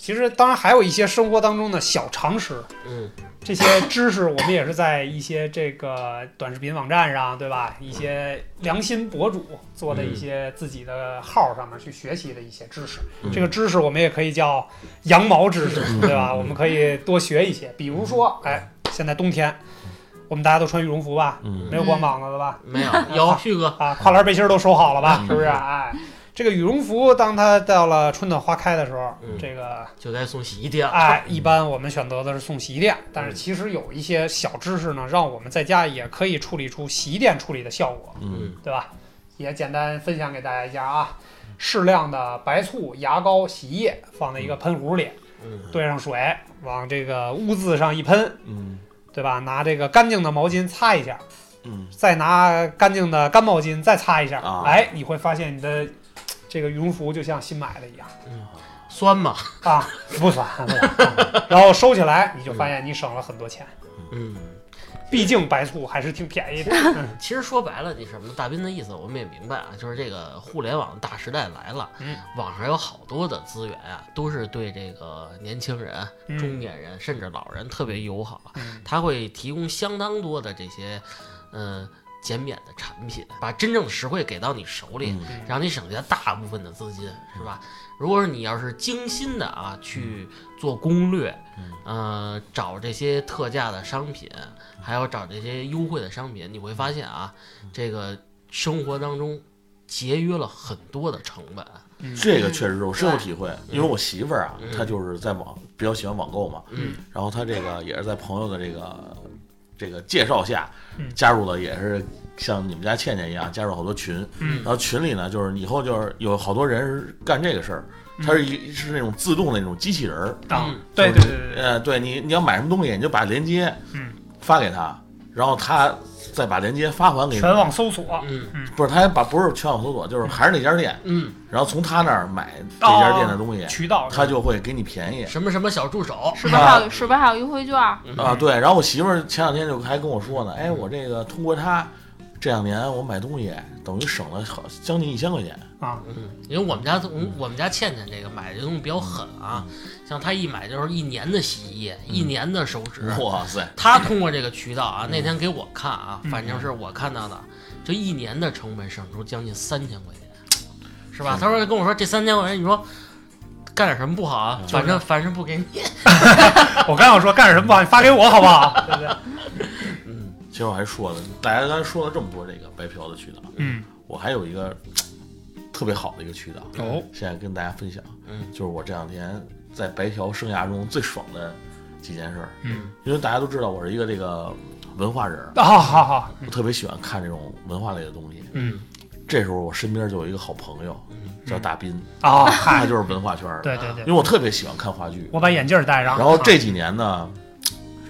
S3: 其实当然还有一些生活当中的小常识，
S4: 嗯嗯
S3: 这些知识我们也是在一些这个短视频网站上，对吧？一些良心博主做的一些自己的号上面去学习的一些知识。
S1: 嗯
S3: 这个知识我们也可以叫羊毛知识，对吧？我们可以多学一些，比如说，哎，现在冬天，我们大家都穿羽绒服吧，
S1: 嗯
S3: 没有光膀子的吧？
S4: 没有有旭哥，
S3: 啊，跨栏背心儿都收好了吧？
S1: 嗯
S3: 是不是？哎，这个羽绒服，当它到了春暖花开的时候，
S4: 嗯
S3: 这个
S4: 就该送洗衣店了。
S3: 哎，一般我们选择的是送洗衣店，但是其实有一些小知识呢，让我们在家也可以处理出洗衣店处理的效果，
S1: 嗯，
S3: 对吧？也简单分享给大家一下啊。适量的白醋、牙膏、洗衣液放在一个喷壶里，
S4: 嗯
S3: 兑上水，往这个污渍上一喷，
S1: 嗯
S3: 对吧？拿这个干净的毛巾擦一下，
S1: 嗯
S3: 再拿干净的干毛巾再擦一下，
S1: 啊
S3: 哎，你会发现你的这个羽绒服就像新买的一样
S4: 酸嘛。
S3: 啊，不酸不酸。然后收起来，你就发现你省了很多钱。
S4: 嗯，
S3: 毕竟白醋还是挺便宜的。嗯
S4: 其实说白了，你什么大斌的意思我们也明白啊，就是这个互联网大时代来了，
S3: 嗯
S4: 网上有好多的资源啊，都是对这个年轻人、
S3: 嗯
S4: 中年人甚至老人特别友好，
S3: 嗯
S4: 它会提供相当多的这些，呃，减免的产品，把真正的实惠给到你手里，
S1: 嗯
S4: 让你省下大部分的资金，是吧？如果是你要是精心的啊去做攻略，呃，找这些特价的商品，还有找这些优惠的商品，你会发现啊，这个生活当中节约了很多的成本。
S3: 嗯
S1: 这个确实是我深有体会，因为我媳妇儿啊，她就是在网比较喜欢网购嘛，
S4: 嗯，
S1: 然后她这个也是在朋友的这个这个介绍下
S3: 嗯，
S1: 加入了也是像你们家倩倩一样加入好多群，
S3: 嗯
S1: 然后群里呢就是以后就是有好多人是干这个事儿，他是一是那种自动的那种机器人儿，
S3: 当
S4: 嗯
S3: 嗯对对
S1: 就是
S3: 对对对，
S1: 呃，对你你要买什么东西，你就把链接
S3: 嗯
S1: 发给他，然后他再把链接发还给你，
S3: 全网搜索，啊
S4: 嗯
S1: 不是他还把不是全网搜索，就是还是那家店，
S4: 嗯，
S1: 然后从他那儿买这家店的东西，
S3: 哦渠道
S1: 他就会给你便宜。
S4: 什么什么小助手，
S2: 是不是还有是不是还有优惠券？
S3: 嗯
S1: 啊，对，然后我媳妇儿前两天就还跟我说呢，哎，我这个通过她这两年我买东西等于省了好将近一千块钱，
S3: 啊，
S4: 嗯，因为我们家我我们家倩倩这个买这东西比较狠啊，像她一买就是一年的洗衣液，一年的手纸。
S1: 哇塞，
S4: 她通过这个渠道啊，
S3: 嗯
S4: 那天给我看啊，反正是我看到的，这一年的成本省出将近三千块钱，是吧？她说跟我说这三千块钱，你说干点什么不好
S3: 嗯
S4: 啊？反正反正不给你。
S3: 我刚要说干什么吧，你发给我好不好？ 对不对？
S1: 其实我还说了，大家刚才说了这么多这个白嫖的渠道，
S3: 嗯，
S1: 我还有一个特别好的一个渠道，
S3: 哦，
S1: 现在跟大家分享，
S4: 嗯
S1: 就是我这两天在白嫖生涯中最爽的几件事儿，
S3: 嗯，
S1: 因为大家都知道我是一个这个文化人儿，
S3: 啊，好好好，
S1: 我特别喜欢看这种文化类的东西。
S3: 嗯，
S1: 这时候我身边就有一个好朋友叫大斌，
S3: 啊，
S1: 他
S3: 嗨，
S1: 就是文化圈儿的，
S3: 对对
S1: 因
S3: 对，
S1: 为我特别喜欢看话剧。
S3: 我把眼镜戴上，
S1: 嗯
S3: 啊
S1: 然后这几年呢，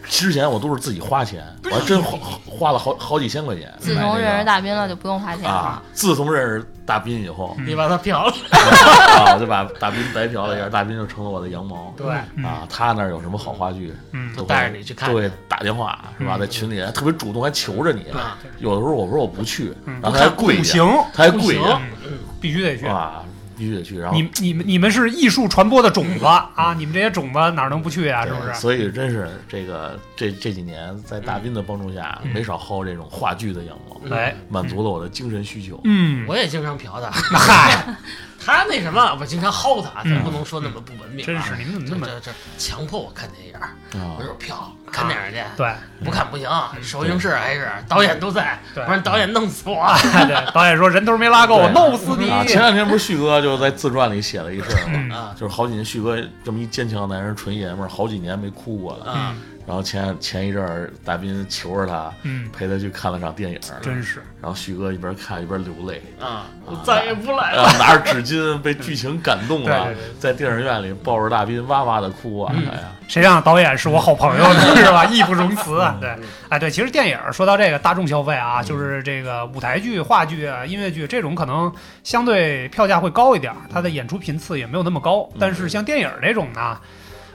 S1: 之前我都是自己花钱，我还真花花了好好几千块钱。
S2: 自
S1: 买
S2: 从
S1: 这个
S2: 认识大斌了就不用花钱了
S1: 啊。，自从认识大斌以后，
S4: 你把它嫖了，
S3: 嗯
S1: 啊，我就把大斌白嫖了一下，大斌就成了我的羊毛。
S4: 对
S3: 嗯
S1: 啊，他那儿有什么好话剧，
S3: 嗯
S1: 都会
S4: 带着你去看
S1: 对，打电话是吧？在群里还特别主动，还求着你。
S4: 啊，
S1: 有的时候我说我不去，
S3: 嗯
S1: 然后他还跪
S3: 不
S1: 下
S3: 行，，
S1: 他还
S4: 不
S1: 跪
S4: 行，
S1: 下，
S4: 嗯，
S3: 必须得去。
S1: 啊，必须得去。然后嗯
S3: 你你们你们是艺术传播的种子啊！你们这些种子哪能不去啊？是不
S1: 对
S3: 是？
S1: 所以真是这个这这几年在大斌的帮助下，
S3: 嗯
S1: 没少薅这种话剧的羊毛，
S4: 嗯
S3: 来，
S1: 满足了我的精神需求。
S3: 哎嗯，
S4: 我也经常嫖的。
S3: 嗨，
S4: 他那什么，我经常薅他，咱
S3: 嗯
S4: 不能说那么不文明啊。
S3: 真是你们怎么
S4: 这
S3: 那么
S4: 这这强迫我看电影儿，
S1: 啊
S3: 嗯哦
S4: 我，说票看电影去，
S3: 对
S4: 不看不行，首映式还是导演都在，
S3: 嗯对
S4: 不然导演弄死我。
S3: 对，导演说人头没拉够，
S1: 对
S3: 我
S1: 啊
S3: 弄死你！
S1: 啊，前两天不是旭哥就在自传里写了一事儿
S3: 嗯
S1: 吗？
S4: 啊
S1: 就是好几年，旭哥这么一坚强的男人，纯爷们儿，好几年没哭过
S3: 嗯
S1: 了。
S4: 啊！
S1: 然后前前一阵儿，大斌求着他，
S3: 嗯，
S1: 陪他去看了场电影，
S3: 真是
S1: 然后旭哥一边看一边流泪，
S4: 啊！我再也不来
S1: 然
S4: 了。
S1: 后拿着纸巾被剧情感动了，
S3: 对对对嗯
S1: 在电影院里抱着大斌哇哇的哭啊！哎呀，
S3: 谁让导演是我好朋友 呢？是吧？义不容辞
S4: 嗯
S3: 啊！对，哎，对，其实电影说到这个大众消费啊，就是这个舞台剧、话剧、啊、音乐剧这种，可能相对票价会高一点，它的演出频次也没有那么高。
S4: 嗯
S3: 但是像电影这种呢，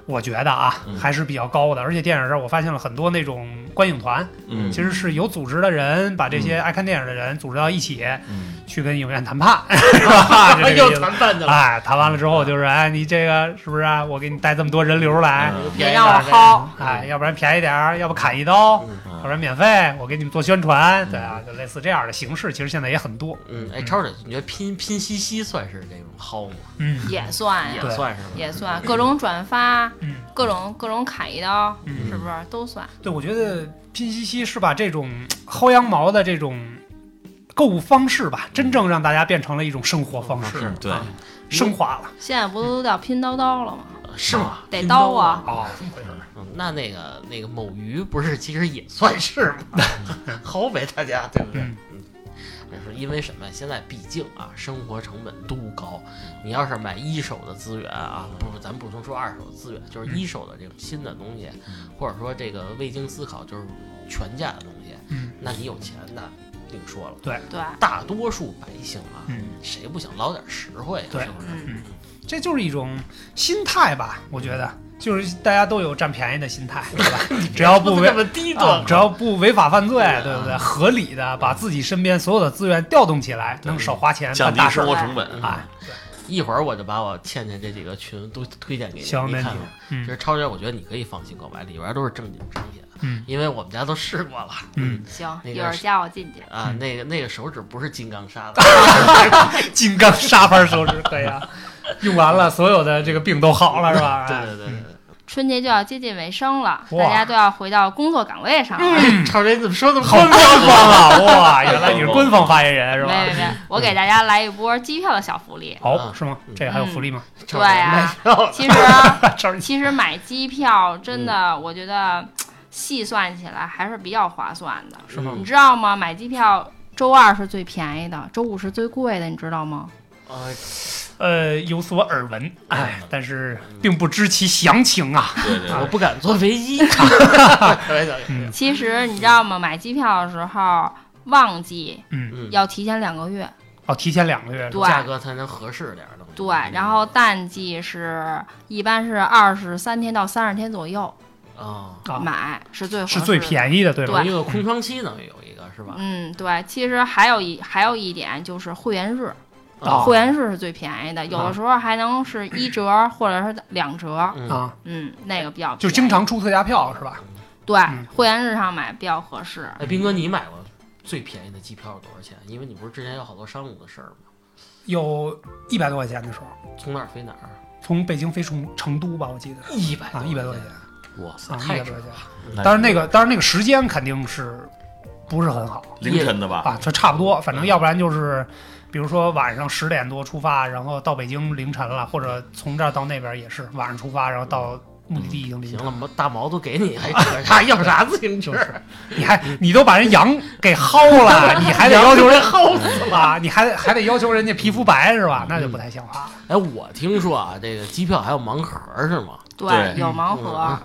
S3: 我觉得啊
S1: 嗯
S3: 还是比较高的，而且电影这儿我发现了很多那种观影团，
S1: 嗯，
S3: 其实是有组织的人把这些
S4: 嗯
S3: 爱看电影的人组织到一起，
S1: 嗯
S3: 去跟影院谈 判，是
S4: 啊
S3: 吧？这
S4: 又
S3: 个意思。
S4: 谈判去了。
S3: 哎，谈完了之后就是，哎，你这个是不是啊？我给你带这么多人流来，
S1: 嗯
S2: 别让我薅，
S3: 哎，要不然便宜点儿，要不砍一刀，
S4: 嗯
S3: 要不然免费，我给你们做宣传，对啊，就类似这样的形式，其实现在也很多。
S4: 嗯，哎，超姐，你觉得拼拼夕夕算是这种薅吗？
S3: 嗯
S2: 也算
S4: 也
S2: 呀，
S4: 算是吧。
S2: 也算各种转发，
S3: 嗯
S2: 各种各种砍一刀，
S3: 嗯
S2: 是不是都算？
S3: 对，我觉得拼夕夕是把这种薅羊毛的这种购物方式吧，真正让大家变成了一种生活方
S4: 嗯
S3: 式，
S1: 对
S3: 啊升华了
S2: 现在不都叫拼刀刀了吗？
S4: 是吗？
S2: 得
S4: 拼
S2: 刀
S4: 刀
S2: 啊！
S3: 啊。
S4: 嗯那那个那个某鱼不是其实也算 是 吗？ 薅呗，大家对不对？
S3: 嗯
S4: 嗯，就是因为什么呀？现在毕竟啊，生活成本都高，你要是买一手的资源啊，
S3: 嗯
S4: 不，咱不能说二手的资源，就是一手的这种新的东西，
S3: 嗯
S4: 或者说这个未经思考就是全价的东西，
S3: 嗯
S4: 那你有钱那另说了。
S2: 对，
S4: 大多数百姓啊，
S3: 嗯
S4: 谁不想捞点实惠啊？
S3: 对
S4: 是不是？
S2: 嗯，
S3: 这就是一种心态吧，我觉得。就是大家都有占便宜的心态，对 吧？只要不违
S4: 这么低
S3: 啊
S4: 端，
S3: 只要不违法犯罪
S4: 对啊，
S3: 对不对？合理的把自己身边所有的资源调动起来，能少花钱
S1: 降
S3: 办
S1: 低
S3: 大事
S1: 生
S3: 儿。
S1: 活成本。啊
S3: 哎，
S4: 一会儿我就把我倩倩这几个群都推荐给你，
S3: 行
S4: 你
S3: 没问
S4: 看
S3: 题
S4: 看。其
S3: 嗯
S4: 实超姐，我觉得你可以放心购买，里边都是正经产品，
S3: 嗯
S4: 因为我们家都试过了。
S3: 嗯，
S2: 行，
S4: 那个
S2: 一会儿
S4: 是
S2: 加我进去。
S4: 啊，
S3: 嗯
S4: 那个那个手指不是金刚砂的，
S3: 金刚砂牌手指可以啊，用完了所有的这个病都好了是吧？
S4: 对
S3: 哎
S4: 对对对对。
S2: 春节就要接近尾声了，
S3: 哇嗯
S2: 大家都要回到工作岗位上了。
S4: 嗯超姐你怎么说那么
S3: 好官方啊！哇，原来你是官方发言人是
S2: 没有
S3: 吧？嗯
S2: 没有，我给大家来一波机票的小福利。
S3: 好是吗？这还有福利吗？
S4: 超
S2: 对
S4: 姐
S2: 啊
S4: 卖药了
S2: 其实，
S3: 这儿
S2: 其实买机票真
S3: 嗯
S2: 的，我觉得细算起来还是比较划算的。
S4: 是吗
S3: 嗯
S2: 你？知道吗？买机票周二是最便宜的，周五是最贵的，你知道吗？
S4: 啊，
S3: 呃有所耳闻，哎，但是并不知其详情啊。
S1: 对对
S4: 我
S1: 对，
S4: 不敢坐飞 机。开玩笑，开玩
S3: 嗯
S4: 笑。
S2: 其实你知道吗？买机票的时候旺季
S3: 嗯，
S4: 嗯，
S2: 要提前两个月，
S3: 哦，提前两个月是吧
S2: 对
S4: 价格才能合适点儿的嘛。
S2: 对，
S3: 嗯
S2: 然后淡季是一般是二十三天到三十天左右
S4: 啊，
S3: 啊
S2: 买是最合
S3: 是最
S2: 适的
S3: 便宜的对吧
S4: 有？一个哦空窗期等于有一个是吧？
S2: 嗯，对，其实还有一还有一点就是会员日，
S4: 哦
S3: 啊
S2: 会员日是最便宜的，有的时候还能是一折或者是两折，
S4: 嗯
S3: 啊，
S2: 嗯，那个比较
S3: 就
S2: 便宜
S3: 经常出特价票是吧？
S2: 对
S3: 嗯
S2: 会员日上买比较合适。
S4: 哎，斌哥，你买过最便宜的机票是多少钱？因为你不是之前有好多商务的事儿吗？
S3: 有一百多块钱的时候，
S4: 从哪儿飞哪儿？
S3: 从北京飞成成都吧，我记得
S4: 一百
S3: 啊，一百多块钱
S1: 哇塞！
S3: 啊，一
S4: 太
S3: 百多
S4: 扯
S3: 块钱。
S1: 但
S3: 但是那个，但是那个时间肯定是不是很好
S1: 凌晨的吧？
S3: 啊，这差不多，反正要不然就是。比如说晚上十点多出发，然后到北京凌晨了，或者从这儿到那边也是晚上出发，然后到目的地已经凌
S4: 行
S3: 晨
S4: 了，毛大毛都给你，还扯啥？要啥自行车？
S3: 你还你都把人羊给薅了，你还得要求人薅死了，你还得还得要求人家皮肤白是吧？那就不太像话了。
S4: 哎，我听说啊，这个机票还有盲盒是吗？
S2: 对，
S1: 对
S2: 有盲
S4: 嗯
S2: 盒，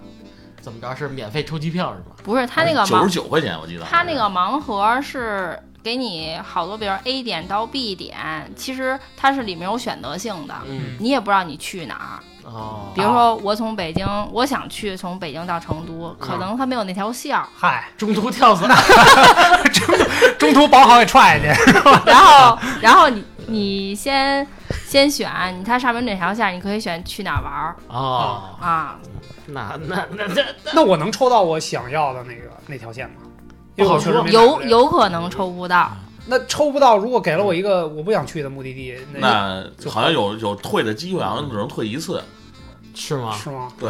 S4: 怎么着是免费抽机票是吗？
S2: 不是它那个
S1: 九
S2: 盲
S1: 十，九块钱，我记得。
S2: 它那个盲盒是给你好多，比如 A 点到 B 点，其实它是里面有选择性的，
S4: 嗯，
S2: 你也不知道你去哪儿。
S4: 哦，
S2: 比如说我从北京，我想去从北京到成都，可能它没有那条线儿，
S3: 嗨，
S4: 中途跳伞，
S3: 中途保好给踹下去，
S2: 然后然后你你先先选，你它上面哪条线儿，你可以选去哪儿玩儿
S4: 哦，
S2: 啊。
S4: 那那那那
S3: 那我能抽到我想要的那个那条线吗？因为我确实没买过
S2: 有
S3: 这个
S2: 有可能抽不 到，
S3: 那抽不到，如果给了我一个我不想去的目的地，那
S1: 那好像有有退的机会，好像只能退一次。
S4: 是吗？
S3: 是吗？
S1: 啊对，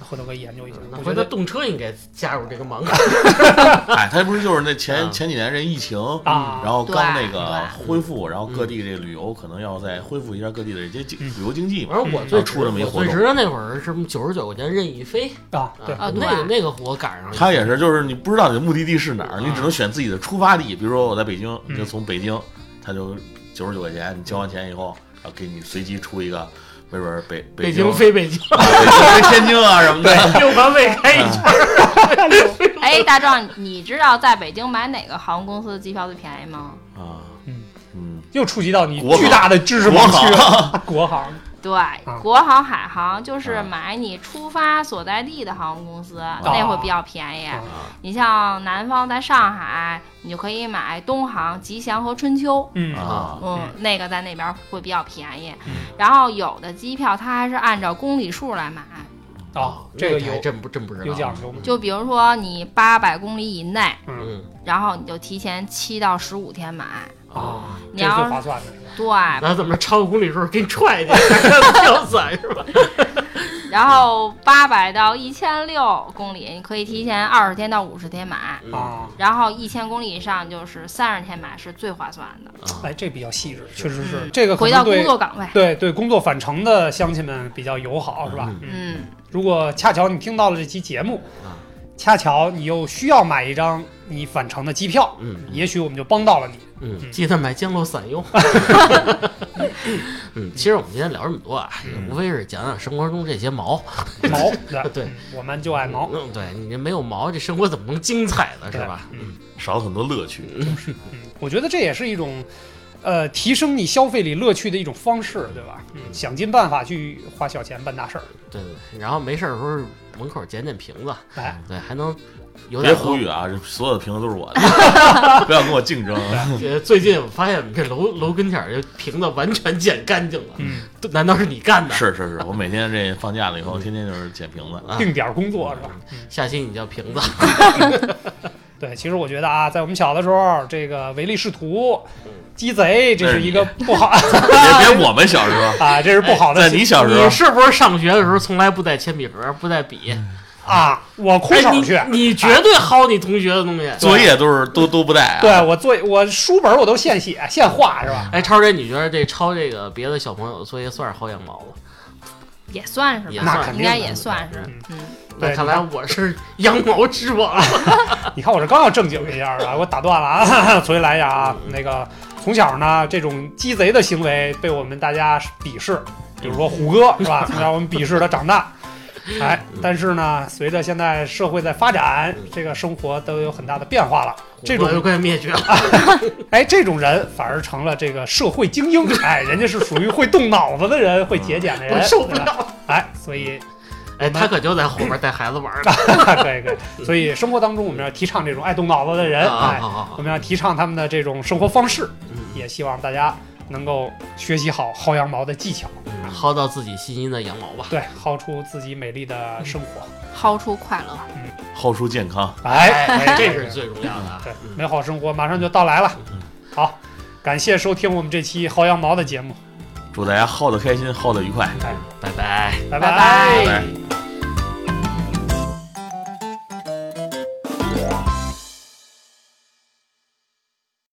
S3: 回头可以研究一下。
S4: 那
S3: 我觉
S4: 回头
S3: 得
S4: 动车应该加入这个盲盒。
S1: 哎，他不是就是那前
S4: 嗯
S1: 前几年这疫情，
S3: 啊，
S1: 然后刚那个
S2: 对
S1: 恢复，然后各地这旅游可能要再恢复一下各地的这些
S3: 嗯
S1: 旅游经济嘛。
S4: 反正我最
S1: 嗯出了没
S4: 我
S1: 活
S4: 最
S1: 动
S4: 值的那会儿是九十九块钱任意飞
S3: 啊， 对，
S2: 啊
S4: 那个
S2: 对
S4: 那个我赶上了。
S1: 他也是，就是你不知道你的目的地是哪儿，
S4: 嗯
S1: 你只能选自己的出发地。比如说我在北京，
S3: 啊嗯
S1: 你就从北京，他就九十九块钱，你交完钱以后，然后给你随机出一个，没准儿北
S4: 北
S1: 京
S4: 京飞北京，
S1: 啊北京飞天津啊什么 的。
S4: 六环未开一
S1: 啊
S4: 圈儿。
S2: 哎，大壮，你知道在北京买哪个航空公司的机票最便宜吗？
S1: 啊，
S3: 嗯
S1: 嗯，
S3: 又触及到你
S1: 国航
S3: 巨大的知识盲区了。国航
S2: 对，
S3: 啊
S2: 国航、海航就是买你出发所在地的航空公司，那会比较便宜。
S3: 啊
S2: 你像南方在上海，你就可以买东航、吉祥和春秋，
S3: 嗯
S1: 啊，
S2: 嗯，那个在那边会比较便宜。
S3: 嗯
S2: 然后有的机票它还是按照公里数来买，
S3: 啊，这个
S4: 那还
S3: 有
S4: 真不真不知道啊
S3: 有讲究吗
S2: 就比如说你八百公里以内，
S4: 嗯
S2: 然后你就提前七到十五天买。
S4: 啊，
S3: 啊，
S2: 你
S3: 这是最
S2: 要
S3: 划
S2: 是
S3: 算的是吧。
S2: 对，
S4: 那怎么着超过公里数给你踹去， 让他跳伞是吧？
S2: 然后八百到一千六公里，你可以提前二十天到五十天买，
S1: 嗯
S3: 啊，
S2: 然后一千公里以上就是三十天买是最划算的。
S3: 哎，这比较细致，确实是
S2: 嗯
S3: 这个可
S2: 回
S3: 能
S2: 到
S3: 对
S2: 工作岗位，
S3: 对对工作返程的乡亲们比较友好，是吧？嗯，
S2: 嗯，
S3: 如果恰巧你听到了这期节目
S4: 啊，
S3: 恰巧你又需要买一张你返程的机票，
S4: 嗯
S3: 也许我们就帮到了你。
S4: 嗯，记得买降落伞 用。嗯，其实我们今天聊这么多啊，
S3: 嗯
S4: 也无非是讲讲生活中这些毛。
S3: 毛，对
S4: 对，
S3: 我们就爱毛。
S4: 嗯，对你这没有毛，这生活怎么能精彩呢？是吧？
S3: 对
S4: 嗯
S1: 少了很多乐趣。
S3: 嗯，我觉得这也是一种，呃提升你消费里乐趣的一种方式，对吧？嗯，想尽办法去花小钱办大事儿。
S4: 对对对，然后没事儿的时候门口捡捡瓶子，
S3: 哎，
S4: 对，还能有
S1: 别
S4: 点
S1: 呼吁啊，这所有的评论都是我的，不要跟我竞争。
S4: 呃，最近我发现我们这楼楼跟前儿这瓶子完全捡干净了，
S3: 嗯，
S4: 都难道是你干的？
S1: 是是是，我每天这放假了以后，天天就是捡瓶子。
S4: 啊，
S3: 定点工作是吧？
S4: 嗯下期你叫瓶
S1: 嗯
S4: 子，
S3: 对，其实我觉得啊，在我们小的时候，这个唯利是图
S4: 嗯、
S3: 鸡贼，这是一个不好
S1: 别别我们小时候，
S3: 啊，这是不好的
S1: 在
S3: 行。
S1: 你小时候
S4: 哎你是不是上学的时候从来不带铅笔盒，不带笔？
S3: 啊，我空手去。
S4: 哎、你你绝对薅你同学的东西。
S1: 作业都是都都不带啊。
S3: 对我作我书本我都现写现画是吧？
S4: 哎，超姐，你觉得这抄这个别的小朋友的作业算是薅羊毛吗？
S2: 也算是
S4: 也
S2: 吧，
S3: 那
S4: 算
S3: 肯
S2: 应
S3: 定
S2: 该
S3: 的
S2: 也算是。
S3: 嗯
S2: 嗯，
S3: 对啊
S4: 那看来我是羊毛之王。
S3: 你看我这刚要正经一下啊，我打断了啊， 重新来一下啊。那个从小呢，这种鸡贼的行为被我们大家鄙视，比如说虎哥是吧？从小我们鄙视他长大。 哎，但是呢，随着现在社会在发展，这个生活都有很大的变化了。这种
S4: 我又快灭绝了。
S3: 哎，这种人反而成了这个社会精英， 哎，人家是属于会动脑子的人，会节俭的人，
S4: 我受不
S3: 对吧。
S4: 了！
S3: 哎，所以
S4: 哎，他可就在后边带孩子玩儿呢。
S3: 可以可以，所以生活当中我们要提倡这种爱动脑子的人，
S4: 啊，
S3: 哎，
S4: 好好好
S3: 我，们要提倡他们的这种生活方式，
S4: 嗯
S3: 也希望大家能够学习好薅羊毛的技巧，
S4: 嗯薅到自己心心的羊毛吧。
S3: 对，薅出自己美丽的生
S4: 嗯
S3: 活。
S2: 薅出快乐。
S1: 薅出健康，
S3: 哎，哎
S4: 这是最重要的啊。
S3: 对
S4: 嗯
S3: 美好生活马上就到来了。好，感谢收听我们这期薅羊毛的节目，
S1: 祝大家薅得开心，薅得愉快。
S4: 拜拜。
S3: 拜
S2: 拜拜
S1: 拜拜